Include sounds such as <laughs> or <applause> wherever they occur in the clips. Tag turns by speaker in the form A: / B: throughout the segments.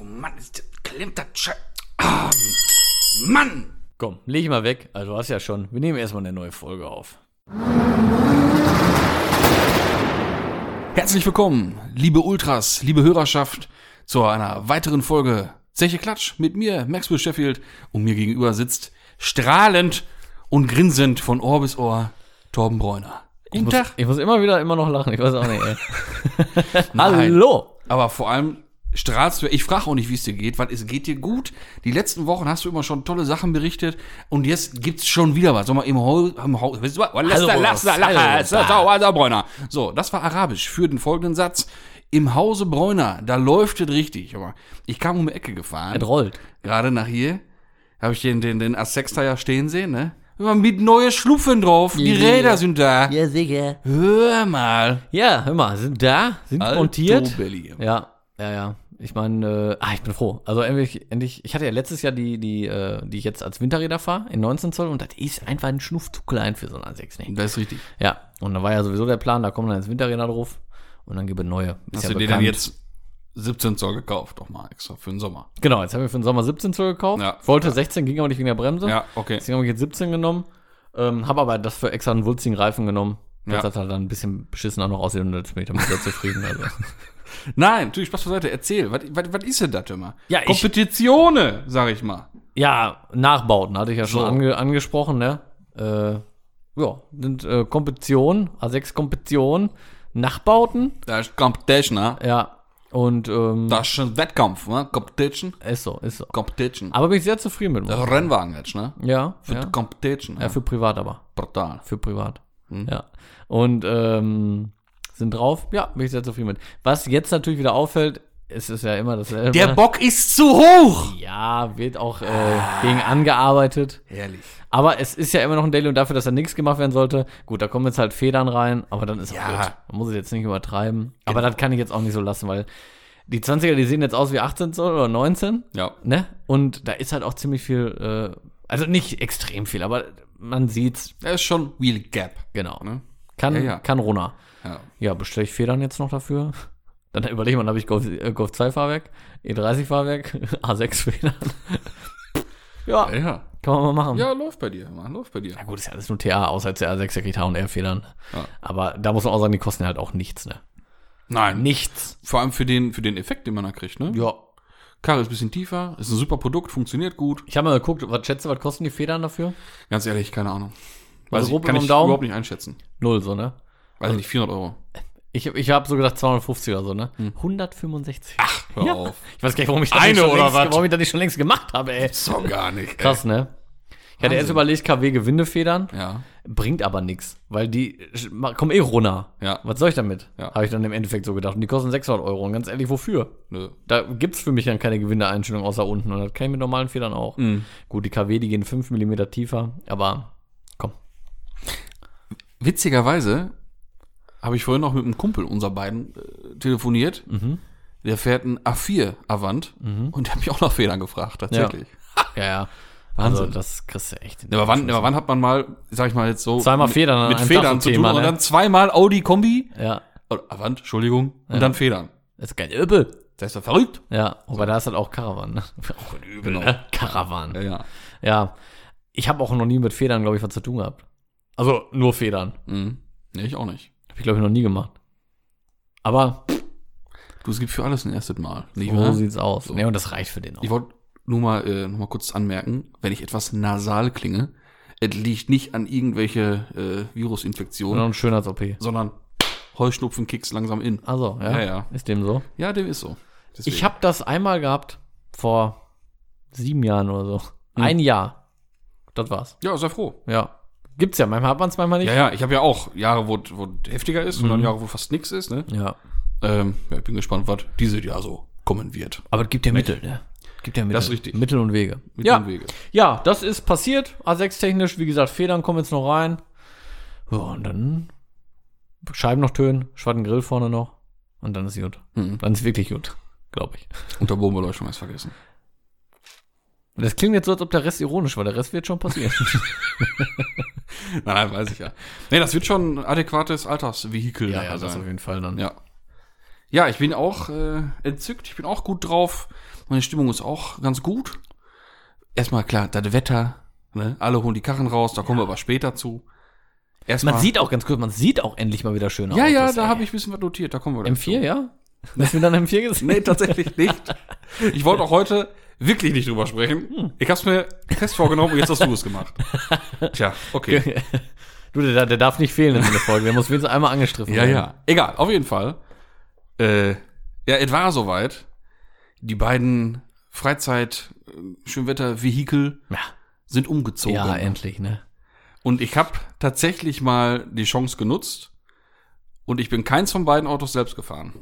A: Oh Mann, ist das, klemmt das Scheiß. Ah, Mann!
B: Komm, leg ich mal weg. Also, du hast ja schon. Wir nehmen erstmal eine neue Folge auf.
A: Herzlich willkommen, liebe Ultras, liebe Hörerschaft, zu einer weiteren Folge Zeche Klatsch mit mir, Maxwell Sheffield, und mir gegenüber sitzt strahlend und grinsend von Ohr bis Ohr Torben Bräuner.
B: ich
A: Guten
B: muss,
A: Tag.
B: Ich muss immer wieder, immer noch lachen. Ich weiß auch nicht, ey.
A: <laughs> Nein.
B: Hallo.
A: Aber vor allem strahlst du, ich frage auch nicht, wie es dir geht, weil es geht dir gut. Die letzten Wochen hast du immer schon tolle Sachen berichtet und jetzt gibt's schon wieder was. Sag mal, im Haus, im Haus, weißt du was? Laster, laster, lacher, sau, alter Bräuner. So, das war arabisch für den folgenden Satz. Im Hause Bräuner, da läuft es richtig. Aber ich kam um die Ecke gefahren,
B: Es rollt.
A: gerade nach hier, habe ich den, den, den Assexter ja stehen sehen, ne? Immer Mit neue Schlupfen drauf, die Räder sind da.
B: Ja, sicher.
A: Hör mal.
B: Ja, hör mal, sind da, sind
A: Halt,
B: montiert.
A: Alto Belli.
B: Ja, ja, ja. Ich meine, äh, ah, ich bin froh. Also endlich, endlich, ich hatte ja letztes Jahr die, die, äh, die ich jetzt als Winterräder fahre in 19 Zoll und das ist einfach ein Schnuff zu klein für so einen 6 nicht.
A: Das ist richtig.
B: Ja, und da war ja sowieso der Plan, da kommen dann jetzt Winterräder drauf und dann gebe neue. Ist
A: Hast
B: ja
A: du dir dann
B: bekannt.
A: jetzt 17 Zoll gekauft, doch mal extra für den Sommer.
B: Genau, jetzt haben wir für den Sommer 17 Zoll gekauft.
A: Ja.
B: Wollte 16, ging aber nicht wegen der Bremse.
A: Ja, okay.
B: Deswegen habe ich jetzt 17 genommen. Ähm, habe aber das für extra einen wulzigen Reifen genommen. Das
A: Ja.
B: hat halt dann ein bisschen beschissener noch aussehen und jetzt bin ich damit sehr zufrieden. Also.
A: Nein, natürlich, Spaß beiseite, erzähl, was, was, was ist denn das immer?
B: Ja, ich-
A: Kompetitione, sag ich mal.
B: <laughs> Ja, Nachbauten hatte ich ja schon
A: So.
B: ange angesprochen, ne? Äh, ja, sind äh, Kompetition, A6 Kompetition, Nachbauten,
A: Da ist Competition, ne?
B: ja. Und ähm,
A: Da ist ein Wettkampf, ne? Competition,
B: ist so, ist so.
A: Competition.
B: Aber bin ich sehr zufrieden mit. mir.
A: Rennwagen jetzt, ne?
B: Ja,
A: Für
B: ja.
A: die Competition,
B: ja, für privat aber.
A: brutal.
B: Für privat. Ja. Und ähm, sind drauf, ja, bin ich sehr zufrieden mit. Was jetzt natürlich wieder auffällt, es ist ja immer dasselbe.
A: Der Bock ist zu hoch!
B: ja, wird auch äh, gegen angearbeitet.
A: Herrlich.
B: Aber es ist ja immer noch ein Daily und dafür, dass da nichts gemacht werden sollte. Gut, da kommen jetzt halt Federn rein, aber dann ist
A: Ja. Genau.
B: auch gut. Man muss es jetzt nicht übertreiben. Aber das kann ich jetzt auch nicht so lassen, weil die 20er, die sehen jetzt aus wie 18 Zoll oder 19,
A: Ja.
B: ne? Und da ist halt auch ziemlich viel, äh, also nicht extrem viel, aber man sieht's,
A: Er ist schon Wheel Gap.
B: genau.
A: Ne?
B: Kann,
A: Ja, ja.
B: kann Rona.
A: Ja.
B: Ja, bestelle ich Federn jetzt noch dafür? <laughs> Dann überlege ich mal, dann habe ich Golf, äh, Golf 2 Fahrwerk, E30 Fahrwerk, <laughs> A6 Federn. ja,
A: ja.
B: kann man mal machen.
A: Ja, läuft bei dir, Mann, läuft bei dir.
B: Ja gut, ist ja alles nur TA, außer als der R6, der kriegt H&R-Federn.
A: Ja.
B: Aber da muss man auch sagen, die kosten halt auch nichts, ne?
A: Nein,
B: Nichts.
A: vor allem für den, für den Effekt, den man da kriegt, ne?
B: Ja.
A: Karre ist ein bisschen tiefer, ist ein super Produkt, funktioniert gut.
B: Ich habe mal geguckt, was schätzt du, was kosten die Federn dafür?
A: Ganz ehrlich, keine Ahnung.
B: Also
A: Weiß ich,
B: grob
A: kann
B: über den
A: ich
B: Daumen?
A: überhaupt nicht einschätzen.
B: Null, so, ne?
A: Weiß ich nicht, 400 Euro.
B: Ich, ich habe so gedacht 250 oder so, ne? 165. Ach,
A: Hör auf.
B: Ich weiß gar nicht, warum ich das,
A: Hm. Eine
B: nicht, schon
A: oder
B: längst,
A: was?
B: warum ich das nicht schon längst gemacht habe, ey.
A: So gar nicht.
B: Krass, ne? Ich hatte erst überlegt, KW-Gewindefedern.
A: Ja.
B: Bringt aber nichts, weil die sch- ma- kommen eh runter.
A: Ja.
B: Was soll ich damit?
A: Ja.
B: Habe ich dann im Endeffekt so gedacht. Und die kosten 600 Euro. Und ganz ehrlich, wofür?
A: Nö.
B: Da gibt's für mich dann keine Gewindeeinstellung außer unten. Und das kann ich mit normalen Federn auch.
A: Mhm.
B: Gut, die KW, die gehen 5 mm tiefer, aber komm.
A: Witzigerweise habe ich vorhin noch mit einem Kumpel unser beiden äh, telefoniert.
B: Mhm.
A: Der fährt einen A4 Avant und der hat mich auch nach Federn gefragt, tatsächlich.
B: Ja, ja. Wahnsinn. Also, das kriegst du echt.
A: Aber wann, aber wann hat man mal, sag ich mal jetzt so,
B: Zweimal Federn an
A: mit
B: einem Tag
A: Federn
B: ein
A: zu
B: Thema,
A: tun und
B: ne?
A: dann zweimal Audi Kombi,
B: Ja.
A: oder Avant, Entschuldigung, und dann Federn.
B: Das ist kein Übel.
A: Das ist doch verrückt.
B: Ja, aber da ist halt auch Caravan, ne? Auch ein Übel, ne? <laughs> Caravan.
A: Genau. Ja, ja.
B: Ja. Ich habe auch noch nie mit Federn, glaube ich, was zu tun gehabt. Also, nur Federn.
A: Mhm. Nee, ich auch nicht.
B: Habe ich, glaube ich, noch nie gemacht. Aber
A: Du, es gibt für alles ein erstes Mal. Nicht
B: so
A: wahr?
B: sieht's aus. Ne, und das reicht für den auch.
A: Ich wollte nur mal, äh, noch mal kurz anmerken, wenn ich etwas nasal klinge, es liegt nicht an irgendwelche äh,
B: Und noch
A: Virusinfektionen,
B: ein Schönheits-OP.
A: sondern Heuschnupfen kickst langsam in.
B: Also, ja,
A: Ja, ja.
B: Ist dem so.
A: Ja, dem ist so. Deswegen.
B: Ich habe das einmal gehabt vor sieben Jahren oder so. Ein Jahr. Das war's.
A: ja, sei froh.
B: Ja. Gibt's ja, manchmal hat man's manchmal nicht.
A: Ja, ja, ich Mhm. habe ja auch Jahre, wo wo heftiger ist und dann Jahre, wo fast nichts ist. Ne?
B: Ja.
A: Ähm, ja, ich bin gespannt, was dieses Jahr so kommen wird.
B: Aber es gibt ja Mittel, ne? Gibt ja Mittel.
A: Das ist richtig.
B: Mittel und Wege.
A: Mittel
B: ja.
A: und Wege.
B: Ja, das ist passiert. A6-technisch, wie gesagt, Federn kommen jetzt noch rein. Ja, und dann Scheiben noch tönen, schwarzen Grill vorne noch. Und dann ist gut.
A: Mhm.
B: Dann ist wirklich gut, glaube ich.
A: Unter Bodenbeleuchtung hast vergessen.
B: Das klingt jetzt so, als ob der Rest ironisch war. Der Rest wird schon passieren.
A: Nein, nein, weiß ich ja. Nee, das wird schon ein adäquates Altersvehikel
B: <laughs> ja,
A: nachher
B: ja, das auf jeden Fall dann.
A: Ja. Ja, ich bin auch äh, entzückt, ich bin auch gut drauf. Meine Stimmung ist auch ganz gut. Erstmal klar, das Wetter, ne? alle holen die Karren raus, da kommen wir aber später zu. Erstmal,
B: Man sieht auch ganz kurz, man sieht auch endlich mal wieder schön
A: ja, ja,
B: das-
A: da habe ich ein bisschen was notiert, da kommen wir dazu.
B: M4, ja? Hast du mir dann M4 gesehen?
A: Nee, tatsächlich nicht. Ich wollte auch heute wirklich nicht drüber
B: Hm.
A: sprechen. Ich habe es mir fest vorgenommen und jetzt hast du es
B: <laughs>
A: gemacht. Tja, okay.
B: Du, der, der darf nicht fehlen in so einer Folge. Der muss wenigstens einmal angestriffen
A: Ja,
B: werden.
A: ja. Egal, auf jeden Fall. Äh, ja, es war soweit. Die beiden Freizeit-Schönwetter-Vehikel sind umgezogen.
B: Ja, endlich, ne?
A: und ich habe tatsächlich mal die Chance genutzt und ich bin keins von beiden Autos selbst gefahren.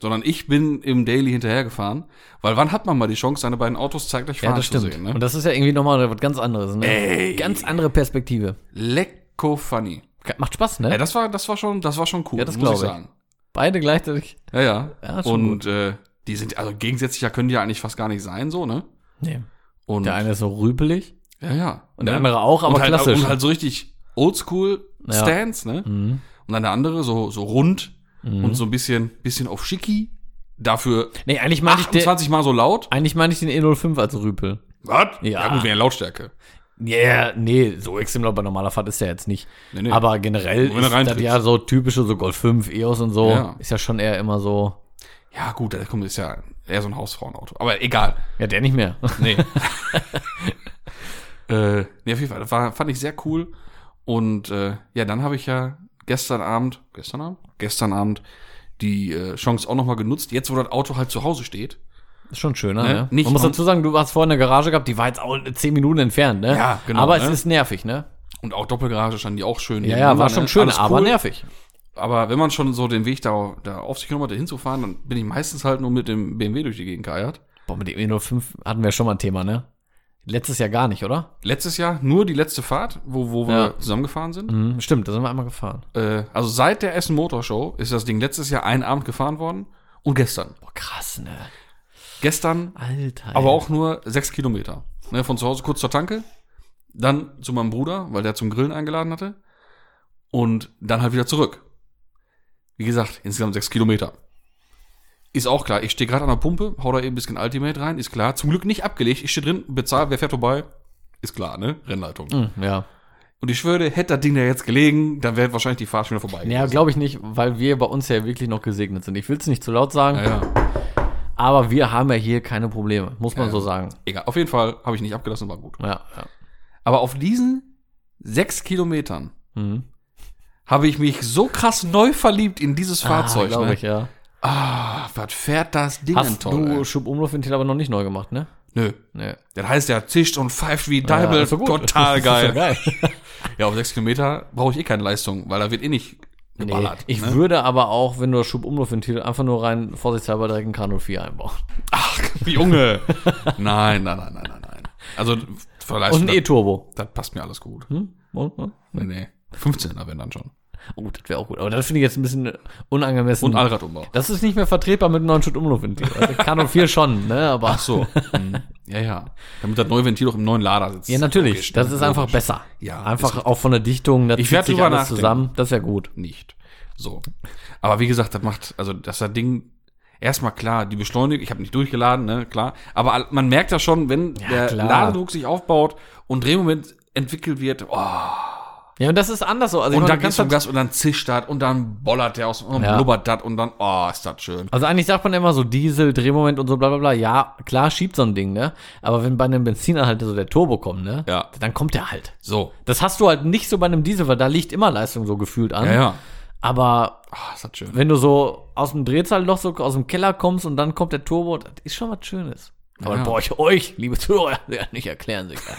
A: Sondern ich bin im Daily hinterhergefahren, weil wann hat man mal die Chance, seine beiden Autos zeitgleich fahren
B: Ja, das
A: zu
B: stimmt.
A: sehen? Ne?
B: Und das ist ja irgendwie nochmal was ganz anderes, ne?
A: Ey.
B: Ganz andere Perspektive.
A: Lecko funny.
B: Macht Spaß, ne?
A: Ja, das war, das war schon, das war schon cool,
B: Ja, das
A: muss ich
B: glaub ich.
A: sagen.
B: Beide gleichzeitig.
A: Ja, ja.
B: Ja, schon
A: und äh, die sind, also gegensätzlicher können die ja eigentlich fast gar nicht sein, so, ne?
B: Nee.
A: Und
B: Der eine ist so rüpelig
A: ja, ja.
B: und der
A: Ne?
B: andere auch, aber
A: und halt,
B: klassisch.
A: Und halt so richtig oldschool
B: Ja.
A: Stands, ne?
B: Mhm.
A: Und dann der andere so, so rund
B: Mhm.
A: und so ein bisschen, bisschen auf schicki. Dafür
B: Nee, eigentlich meine ich, den-
A: 28 Mal so laut.
B: eigentlich meine ich den E05 als Rüpel.
A: Was?
B: Ja.
A: ja, gut, wegen der Lautstärke.
B: Ja, yeah, nee, so extrem laut bei normaler Fahrt ist der jetzt nicht.
A: Nee, nee.
B: Aber generell
A: Nur wenn er
B: ist das
A: reintrittst.
B: ja so typische, so Golf 5, EOS und so,
A: Ja.
B: ist ja schon eher immer so.
A: Ja, gut, das kommt, ist ja eher so ein Hausfrauenauto. Aber egal.
B: Ja, der nicht mehr. <laughs>
A: Nee. <laughs> äh, nee, auf jeden Fall. Das war, fand ich sehr cool. Und äh, ja, dann habe ich ja gestern Abend, gestern Abend? Gestern Abend die äh, Chance auch nochmal genutzt. Jetzt, wo das Auto halt zu Hause steht.
B: Ist schon schöner,
A: Ne?
B: ne?
A: Nicht
B: Man muss
A: on-
B: dazu sagen, du hast vorhin eine Garage gehabt, die war jetzt auch 10 Minuten entfernt, ne?
A: Ja, genau,
B: Aber
A: ne?
B: es ist nervig, ne?
A: Und auch Doppelgarage standen die auch schön.
B: Ja, ja, war
A: nebeneinander,
B: schon
A: ne?
B: schön,
A: Alles
B: aber
A: cool.
B: nervig.
A: Aber wenn man schon so den Weg da, da auf sich genommen hat, da hinzufahren, dann bin ich meistens halt nur mit dem BMW durch die Gegend geeiert.
B: Boah, mit dem E E05 hatten wir schon mal ein Thema, ne? Letztes Jahr gar nicht, oder?
A: Letztes Jahr nur die letzte Fahrt, wo, wo wir
B: Ja.
A: zusammengefahren sind.
B: Mhm, stimmt, da sind wir einmal gefahren.
A: Äh, also seit der Essen Motor Show ist das Ding letztes Jahr einen Abend gefahren worden und gestern.
B: Boah, krass, ne?
A: Gestern
B: Alter.
A: Aber
B: ey.
A: auch nur sechs Kilometer. Ne, von zu Hause kurz zur Tanke, dann zu meinem Bruder, weil der zum Grillen eingeladen hatte, und dann halt wieder zurück. Wie gesagt, insgesamt sechs Kilometer. Ist auch klar, ich stehe gerade an der Pumpe, hau da eben ein bisschen Ultimate rein, ist klar. Zum Glück nicht abgelegt, ich stehe drin, bezahl, wer fährt vorbei? Ist klar, ne? Rennleitung.
B: Mhm, ja.
A: Und ich schwöre, hätte das Ding da jetzt gelegen, dann wäre wahrscheinlich die Fahrt schon wieder vorbei.
B: Ja, glaube ich nicht, weil wir bei uns ja wirklich noch gesegnet sind. Ich will es nicht zu laut sagen,
A: Ja, ja.
B: aber wir haben ja hier keine Probleme, muss man
A: Ja.
B: so sagen.
A: Egal, auf jeden Fall habe ich nicht abgelassen, war gut.
B: Ja, ja.
A: Aber auf diesen sechs Kilometern
B: Mhm.
A: habe ich mich so krass neu verliebt in dieses Fahrzeug.
B: glaube
A: ne?
B: Ah, ich, ja.
A: Ah, was fährt das Ding denn
B: Hast du
A: toll?
B: Schubumlaufventil aber noch nicht neu gemacht, ne?
A: ey? Nö.
B: Nee.
A: Das heißt, der zischt und pfeift wie Deibel.
B: ist doch gut.
A: Total
B: <laughs> Ist doch
A: geil. <laughs>
B: geil.
A: Ja, auf sechs Kilometer brauche ich eh keine Leistung, weil da wird eh nicht
B: Nee,
A: geballert.
B: ich
A: ne?
B: würde aber auch, wenn du das Schubumlaufventil einfach nur rein vorsichtshalber direkt ein K04 einbauen.
A: Ach, <laughs> Junge. nein, nein, nein, nein, nein, nein. Also, für Leistung,
B: Und ein E-Turbo.
A: das, das passt mir alles gut.
B: Hm? Und, ne?
A: Nee, nee. 15er wenn dann schon.
B: Oh, das wäre auch gut. Aber das finde ich jetzt ein bisschen unangemessen.
A: Und Allradumbau.
B: das ist nicht mehr vertretbar mit einem neuen Schubumlaufventil. Also
A: <laughs>
B: K04 schon, ne? Aber
A: Ach
B: <laughs>
A: so. Hm. ja, ja. Damit das neue Ventil doch im neuen Lader sitzt.
B: Ja, natürlich.
A: Logisch,
B: das
A: ne?
B: ist einfach
A: Logisch.
B: besser.
A: Ja, ist
B: Einfach auch von der Dichtung, da
A: Ich
B: zieht
A: werd
B: sich
A: drüber
B: alles
A: nachdenken.
B: zusammen. Das wäre gut.
A: nicht. So. Aber wie gesagt, das macht, also dass das Ding erstmal klar, die Beschleunigung, ich habe nicht durchgeladen, ne, klar, aber all- man merkt ja schon, wenn der
B: klar.
A: Ladedruck sich aufbaut und Drehmoment entwickelt wird, oh,
B: Ja, und das ist anders so. Also, ich
A: und
B: meine,
A: dann
B: du
A: gehst
B: kannst
A: du vom
B: halt,
A: Gas und dann zischt das und dann bollert der aus und
B: Ja.
A: blubbert das und dann, oh, ist das schön.
B: also eigentlich sagt man immer so Diesel, Drehmoment und so bla bla bla. Ja, klar schiebt so ein Ding, ne? Aber wenn bei einem Benziner halt so der Turbo kommt, ne?
A: Ja.
B: Dann kommt der halt.
A: So.
B: Das hast du halt nicht so bei einem Diesel, weil da liegt immer Leistung so gefühlt an.
A: Ja, ja.
B: Aber
A: Ah, ist das schön.
B: wenn du so aus dem Drehzahlloch, so aus dem Keller kommst und dann kommt der Turbo, das ist schon was Schönes. Aber
A: Ja.
B: dann brauche ich euch, liebe Zuhörer, <laughs> ja, nicht erklären, sicher.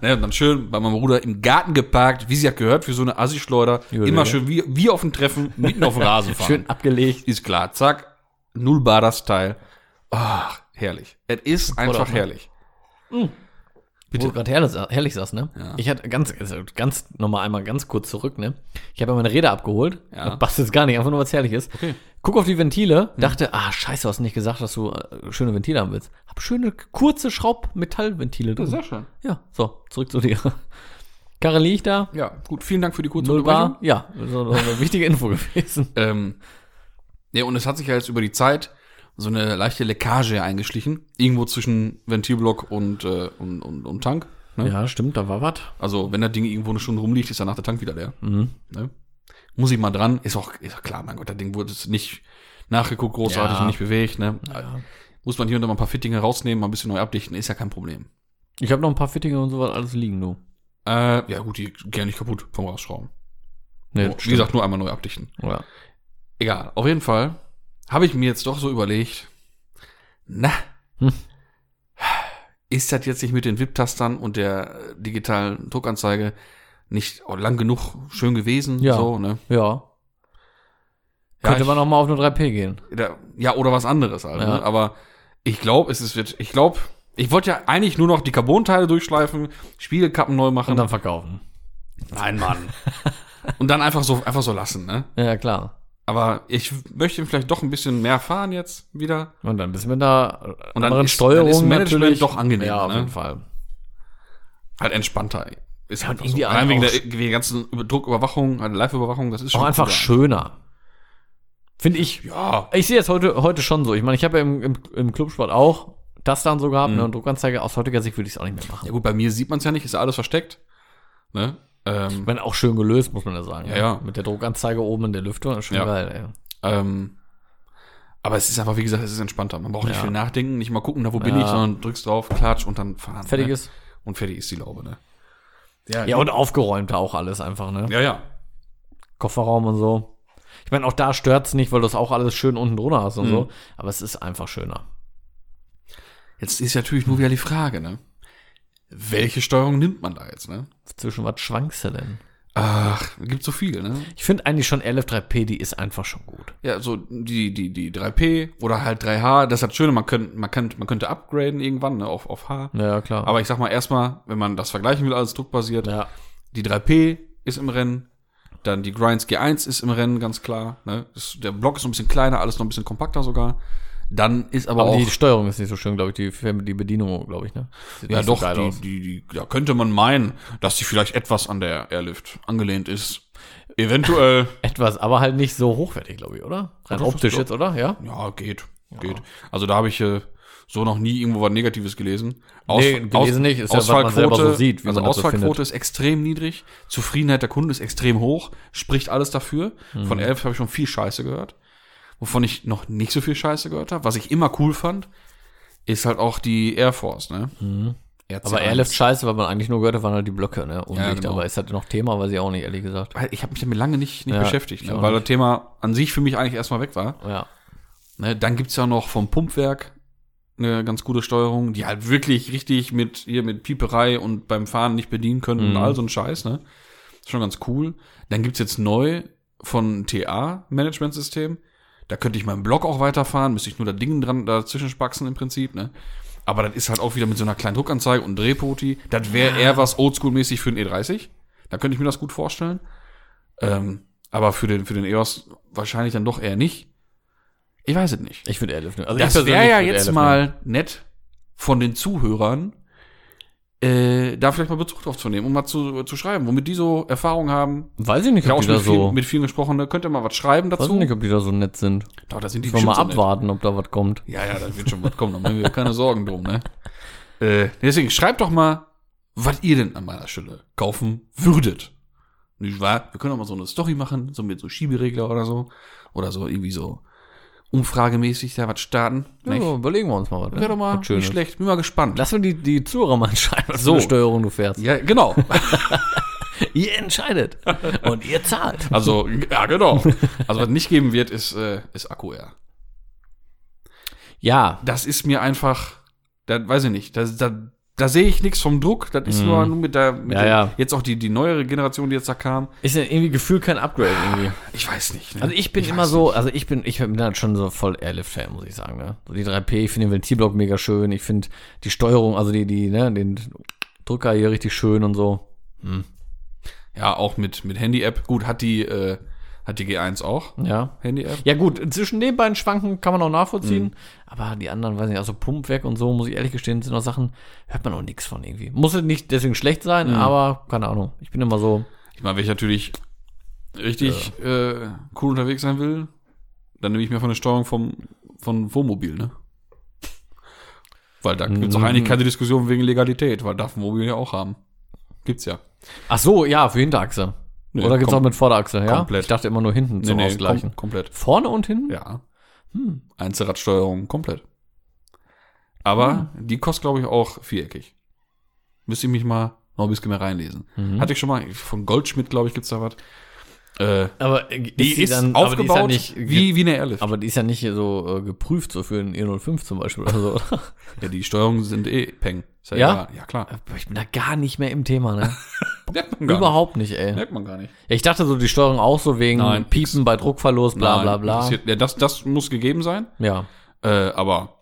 A: Ne, und dann schön bei meinem Bruder im Garten geparkt, wie sie ja gehört, für so eine Assi-Schleuder. Immer
B: ja.
A: schön wie, wie auf dem Treffen, mitten
B: <laughs>
A: auf dem Rasen fahren.
B: Schön abgelegt.
A: ist klar, zack, null Bar das Teil. Ach, herrlich. Es ist einfach
B: ne?
A: herrlich.
B: Wo du gerade herrlich, sa- herrlich saß, ne? Ich hatte ganz, also ganz, nochmal einmal ganz kurz zurück, ne? Ich habe ja meine Räder abgeholt.
A: Ja.
B: Das passt jetzt gar nicht, einfach nur was herrlich ist. Guck auf die Ventile, dachte, ah, scheiße, hast nicht gesagt, dass du äh, schöne Ventile haben willst. Hab schöne, kurze Schraubmetallventile drin.
A: schön.
B: ja, so, zurück zu dir. <laughs> Karre liegt da,
A: Ja, gut, vielen Dank für die kurze
B: null
A: Unterbrechung.
B: <laughs> Bar. Ja, so, so eine wichtige Info gewesen.
A: Ähm, Ja, und es hat sich ja jetzt über die Zeit so eine leichte Leckage eingeschlichen. Irgendwo zwischen Ventilblock und, äh, und, und, und Tank. Ne?
B: Ja, stimmt, da war was.
A: Also, wenn das Ding irgendwo eine Stunde rumliegt, ist danach der Tank wieder leer.
B: Mhm.
A: Ne? Muss ich mal dran. Ist auch, ist auch klar, mein Gott, das Ding wurde jetzt nicht nachgeguckt, großartig
B: Ja.
A: und nicht bewegt. Ne? Muss man hier und da mal ein paar Fittinge rausnehmen, mal ein bisschen neu abdichten, ist ja kein Problem.
B: Ich habe noch ein paar Fittinge und sowas alles liegen, du.
A: Äh, ja gut, die gehen nicht kaputt vom Rausschrauben.
B: Nee,
A: Wie gesagt, nur einmal neu abdichten.
B: Ja.
A: Egal, auf jeden Fall habe ich mir jetzt doch so überlegt, na,
B: Hm.
A: ist das jetzt nicht mit den VIP-Tastern und der äh, digitalen Druckanzeige nicht auch lang genug schön gewesen?
B: Ja.
A: So, ne?
B: ja.
A: Ja,
B: Könnte
A: ich-
B: man auch mal auf eine 3P gehen.
A: Da, ja, oder was anderes halt.
B: Ja.
A: Ne? Aber ich glaube, es ist, wird, ich glaube, ich wollte ja eigentlich nur noch die Carbon-Teile durchschleifen, Spiegelkappen neu
B: Und
A: machen.
B: dann verkaufen.
A: Nein, Mann. und dann einfach so, einfach so lassen, ne?
B: Ja, klar.
A: Aber ich möchte vielleicht doch ein bisschen mehr fahren jetzt wieder.
B: Und dann bist du mit einer
A: Und dann
B: äh, anderen
A: ist-
B: Steuerung
A: dann ist Management
B: natürlich
A: doch angenehmer,
B: Ja, auf
A: ne?
B: jeden Fall.
A: Halt entspannter. Ist
B: Ja,
A: halt
B: und irgendwie auch-
A: Allein wegen der, wegen der ganzen Über- Drucküberwachung, eine Live-Überwachung, das ist
B: Auch
A: schon
B: einfach
A: cooler.
B: schöner. Finde ich.
A: Ja,
B: Ich sehe es heute, heute schon so. Ich meine, ich habe ja im, im, im Clubsport auch das dann so gehabt, ne? Und Druckanzeige aus heutiger Sicht würde ich es auch nicht mehr machen.
A: Ja gut, bei mir sieht man es ja nicht, ist ja alles versteckt. Ne?
B: Ich
A: Ähm,
B: meine, auch schön gelöst, muss man ja sagen.
A: Ja,
B: ne?
A: ja.
B: Mit der Druckanzeige oben in der Lüftung, ist schon
A: Ja.
B: geil,
A: ähm, aber es ist einfach, wie gesagt, es ist entspannter. Man braucht nicht
B: Ja.
A: viel nachdenken, nicht mal gucken, da wo bin
B: Ja.
A: ich, sondern drückst drauf, klatsch und dann fahren.
B: ey. Fertig
A: ne?
B: ist.
A: Und fertig ist die Laube, ne?
B: Ja, und aufgeräumter auch alles einfach, ne?
A: ja, ja.
B: Kofferraum und so. Ich meine, auch da stört's nicht, weil du es auch alles schön unten drunter hast und
A: Mhm.
B: so. Aber es ist einfach schöner.
A: Jetzt ist natürlich nur wieder die Frage, ne? Welche Steuerung nimmt man da jetzt, ne?
B: Zwischen was schwankst du denn?
A: Ach, gibt so viele, ne?
B: Ich finde eigentlich schon LF3P, die ist einfach schon gut.
A: Ja, so die, die, die 3P oder halt 3H, das ist das Schöne, man könnte, man könnte, man könnte upgraden irgendwann, ne, auf, auf H.
B: Ja, klar.
A: Aber ich sag mal erstmal, wenn man das vergleichen will, alles druckbasiert,
B: ja.
A: die 3P ist im Rennen, dann die Grinds G1 ist im Rennen, ganz klar, ne. Ist, der Block ist noch ein bisschen kleiner, alles noch ein bisschen kompakter sogar. Dann ist aber,
B: Aber
A: auch,
B: die Steuerung ist nicht so schön, glaube ich. Die, die Bedienung, glaube ich, ne? Sieht
A: ja
B: nicht so
A: doch,
B: geil
A: die,
B: aus.
A: die, die, da könnte man meinen, dass die vielleicht etwas an der Airlift angelehnt ist. Eventuell,
B: Etwas, aber halt nicht so hochwertig, glaube ich, oder? Rein
A: doch, das
B: optisch
A: doch.
B: jetzt, oder? Ja?
A: ja, geht, geht. Also da habe ich äh, so noch nie irgendwo was Negatives gelesen. Aus,
B: Nee, gelesen nicht, ist ja, was man selber so sieht, wie
A: also
B: man das so
A: Ausfallquote ist extrem niedrig, Zufriedenheit der Kunden ist extrem hoch, spricht alles dafür.
B: Mhm.
A: Von Elf habe ich schon viel Scheiße gehört. Wovon ich noch nicht so viel Scheiße gehört habe. Was ich immer cool fand, ist halt auch die Air Force, ne? RC1.
B: Mhm. Aber Airlift scheiße, weil man eigentlich nur gehört hat, waren halt die Blöcke, ne? Und
A: Ja,
B: Licht,
A: genau.
B: aber ist halt noch Thema, weiß ich auch nicht, ehrlich gesagt.
A: Weil Ich habe mich damit lange nicht, nicht
B: Ja,
A: beschäftigt,
B: ich
A: ne?
B: auch
A: weil
B: nicht.
A: das Thema an sich für mich eigentlich erstmal weg war.
B: Ja.
A: Ne, dann gibt's ja noch vom Pumpwerk eine ganz gute Steuerung, die halt wirklich richtig mit hier mit Pieperei und beim Fahren nicht bedienen können
B: Mhm.
A: und all so ein Scheiß, ne? Ist schon ganz cool. Dann gibt's jetzt neu von TA Managementsystem. Da könnte ich meinen Block auch weiterfahren, müsste ich nur da Dingen dran dazwischen spaxen im Prinzip, ne? Aber das ist halt auch wieder mit so einer kleinen Druckanzeige und Drehpoti. Das wäre
B: Ah.
A: eher was oldschool-mäßig für den E30. Da könnte ich mir das gut vorstellen. Ähm, aber für den, für den EOS wahrscheinlich dann doch eher nicht. Ich weiß es nicht.
B: Ich würde Airlift nehmen. Also ich
A: Das
B: persönlich
A: wäre ja
B: würd
A: jetzt
B: Airlift nehmen.
A: mal nett von den Zuhörern, äh, da vielleicht mal Bezug drauf zu nehmen und mal zu, zu schreiben, womit die so Erfahrung haben.
B: Weiß ich nicht,
A: Ich habe
B: ob
A: auch
B: die
A: schon
B: da
A: mit, vielen,
B: so.
A: mit vielen gesprochen, ne? könnt ihr mal was schreiben
B: Weiß ich
A: dazu?
B: nicht, ob die da so nett sind.
A: Doch, da sind die
B: Sollen wir mal
A: bestimmt so nett.
B: abwarten, ob da was kommt.
A: Ja, ja, das wird schon was kommen, da machen wir keine Sorgen drum, ne? Äh, deswegen schreibt doch mal, was ihr denn an meiner Stelle kaufen würdet. Nicht wahr? Wir können auch mal so eine Story machen, so mit so Schieberegler oder so. Oder so irgendwie so umfragemäßig da was starten.
B: Ja,
A: Nicht?
B: überlegen wir uns mal was. ne?
A: Wäre doch mal
B: was Schönes.
A: nicht schlecht. Bin mal gespannt.
B: Lass mir die, die Zuhörer mal <laughs> entscheiden, was so.
A: So.
B: für eine Steuerung du fährst.
A: Ja, genau.
B: Ihr entscheidet. Und ihr zahlt.
A: Also, ja, genau. Also, was nicht geben wird, ist, äh, ist Akku R.
B: Ja.
A: Das ist mir einfach, da weiß ich nicht, da, da, da sehe ich nichts vom Druck. Das ist nur nur mit der, mit
B: Mhm. Ja,
A: der
B: ja.
A: jetzt auch die, die neuere Generation, die jetzt da kam.
B: Ist ja irgendwie gefühlt kein Upgrade irgendwie.
A: Ich weiß nicht. Ne?
B: Also ich bin immer
A: weiß
B: so, also ich bin, ich bin halt schon so voll Airlift-Fan, muss ich sagen. Ne? So die 3P, ich finde den Ventilblock mega schön, ich finde die Steuerung, also die, die, ne, den Drücker hier richtig schön und so.
A: Ja, auch mit, mit Handy-App. Gut, hat die, äh, hat die G1 auch
B: Ja.
A: Handy-App?
B: Ja gut, zwischen den beiden Schwanken kann man auch nachvollziehen, aber die anderen, weiß nicht, also Pumpwerk und so, muss ich ehrlich gestehen, sind noch Sachen, hört man auch nichts von irgendwie. Muss halt nicht deswegen schlecht sein, aber keine Ahnung. Ich bin immer so,
A: Ich meine, wenn ich natürlich richtig äh, cool unterwegs sein will, Dann nehme ich mir von der Steuerung vom, von Wohnmobil, ne? Weil da gibt es
B: Mhm.
A: auch eigentlich keine Diskussion wegen Legalität, weil darf ein Wohnmobil ja auch haben. Gibt's ja.
B: Ach so, ja, für Hinterachse.
A: Nee,
B: Oder gibt's
A: kom-
B: auch mit Vorderachse, ja?
A: komplett.
B: Ich dachte immer nur hinten zum Ausgleichen.
A: kom komplett.
B: Vorne und hinten?
A: Ja. Hm, Einzelradsteuerung komplett.
B: Ah.
A: Aber die kostet, glaube ich, auch viereckig. Müsste ich mich mal noch ein bisschen mehr reinlesen.
B: Mhm.
A: Hatte ich schon mal, von Goldschmidt, glaube ich, gibt's da was. Äh,
B: Aber äh,
A: die ist, aufgebaut
B: aber die ist ja nicht,
A: wie, wie eine Airlift.
B: aber die ist ja nicht hier so äh, geprüft, so für einen E05 zum Beispiel oder <laughs> so.
A: Ja, die Steuerungen sind eh Peng. Ist
B: Ja?
A: egal. Ja, klar.
B: Boah, ich bin da gar nicht mehr im Thema,
A: <laughs>
B: ne?
A: Merkt man
B: Überhaupt nicht, ey.
A: nicht. Merkt man gar nicht.
B: Ich dachte so, die Steuerung auch so wegen
A: Nein,
B: Piepen bei Druckverlust, bla bla
A: Nein,
B: bla.
A: interessiert- Ja, das, das muss gegeben sein.
B: Ja.
A: Äh, aber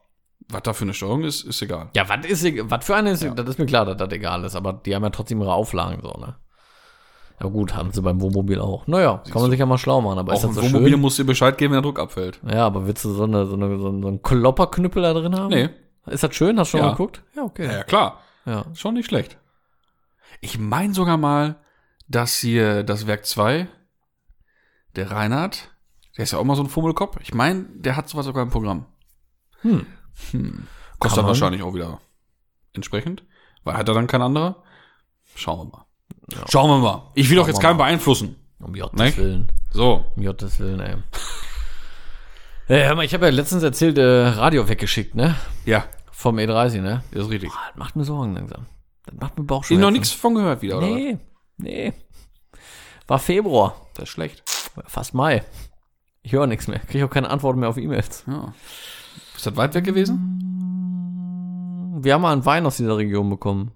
A: was da für eine Steuerung ist, ist egal.
B: Ja, was ist, eg- was für eine ist, das ist mir klar, dass das egal ist, aber die haben ja trotzdem ihre Auflagen so, ne? Ja gut, haben sie beim Wohnmobil auch. Naja, kann man sich ja mal schlau machen, aber ist
A: auch
B: das
A: ein
B: so
A: Wohnmobil
B: schön?
A: musst du dir Bescheid geben, wenn der Druck abfällt.
B: Ja, aber willst du so, eine, so, eine, so einen so einen Klopperknüppel da drin haben?
A: Nee.
B: Ist das schön? Hast du schon
A: Ja.
B: mal geguckt? Ja, okay.
A: Ja, klar.
B: Ja.
A: Schon nicht schlecht. Ich meine sogar mal, dass hier das Werk 2, der Reinhard, der ist ja auch mal so ein Fummelkopf. Ich meine, der hat sowas sogar im Programm.
B: Hm.
A: Hm.
B: Kann
A: Kostet
B: man.
A: dann wahrscheinlich auch wieder entsprechend. Weil hat er dann kein anderer? Schauen wir mal. Schauen wir mal. Ich will doch jetzt
B: wir
A: keinen beeinflussen.
B: Um Gottes
A: Nee.
B: Willen.
A: So.
B: Um Gottes Willen, ey.
A: <laughs>
B: äh, hör mal, ich habe ja letztens erzählt, äh, Radio weggeschickt, ne?
A: Ja,
B: Vom E30, ne?
A: das ist richtig.
B: Boah, das macht mir Sorgen langsam. Das macht mir Bauchschmerzen.
A: Ich noch nichts von gehört wieder, oder?
B: Nee, nee. War Februar.
A: was? Das ist schlecht.
B: Fast Mai. Ich höre nichts mehr. Kriege auch keine Antworten mehr auf E-Mails.
A: Ja. Ist das weit weg gewesen?
B: Wir haben mal einen Wein aus dieser Region bekommen.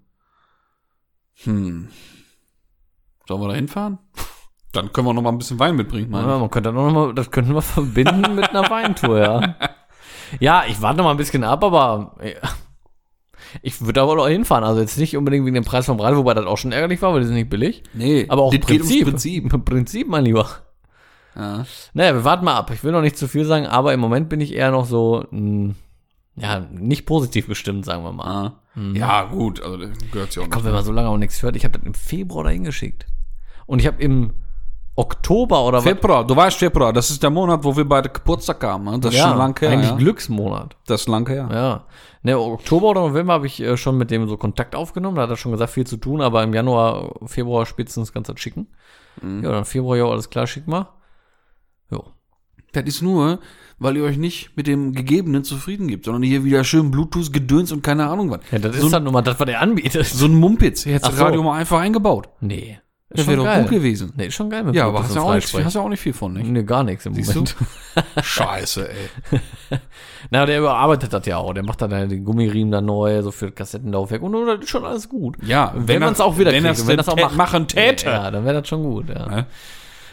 A: Hm. Sollen wir da hinfahren? Dann können wir noch mal ein bisschen Wein mitbringen, meine ich.
B: Ja, man könnte das auch noch mal, das könnten
A: <laughs>
B: wir verbinden mit einer Weintour, ja. Ja, ich warte noch mal ein bisschen ab, aber äh, ich würde da wohl auch hinfahren. Also jetzt nicht unbedingt wegen dem Preis vom Rad, wobei das auch schon ärgerlich war, weil die sind nicht billig.
A: Nee,
B: Aber auch
A: das geht ums
B: Prinzip. <laughs> Prinzip, mein Lieber.
A: Ja.
B: Naja, wir warten mal ab. Ich will noch nicht zu viel sagen, aber im Moment bin ich eher noch so, mh, ja, nicht positiv bestimmt, sagen wir mal.
A: Ah. ja, gut, also das gehört ja auch
B: Komm, wenn man so lange auch nichts hört, ich habe das im Februar dahin geschickt. Und ich habe im Oktober oder
A: Februar, du weißt Februar, das ist der Monat, wo wir beide Geburtstag haben. ne? Das ist
B: ja,
A: schon lang her.
B: eigentlich
A: ja.
B: Glücksmonat.
A: Das ist lang her.
B: Ja. Ne, Oktober oder November habe ich äh, schon mit dem so Kontakt aufgenommen. Da hat er schon gesagt, viel zu tun, aber im Januar, Februar spätestens ganz das schicken.
A: Mhm.
B: Ja, dann Februar, ja, alles klar, schick mal. Jo.
A: Das ist nur, weil ihr euch nicht mit dem Gegebenen zufrieden gibt, sondern hier wieder schön Bluetooth, Gedöns und keine Ahnung was.
B: Ja, das
A: so,
B: ist dann nur mal das, was er anbietet.
A: so ein Mumpitz. Hier hättest
B: Ach
A: du
B: so.
A: Radio mal einfach eingebaut.
B: Nee. Ist
A: Das wäre doch gut gewesen.
B: Nee, ist schon geil mit
A: Ja, aber hast ja, auch nicht,
B: Freisprechen.
A: hast ja auch nicht viel von, nicht?
B: Nee, gar nichts im Moment.
A: <laughs> Scheiße, ey.
B: Na, der überarbeitet das ja auch. Der macht dann halt den Gummiriemen da neu, so für Kassettenlaufwerk und, und das ist schon alles gut.
A: Ja,
B: wenn,
A: wenn
B: man es
A: das-
B: auch wieder
A: wenn das
B: kriegt, und wenn
A: denn
B: das auch
A: tät-
B: macht.
A: machen täte.
B: Ja, dann wäre das schon gut, ja.
A: Ne?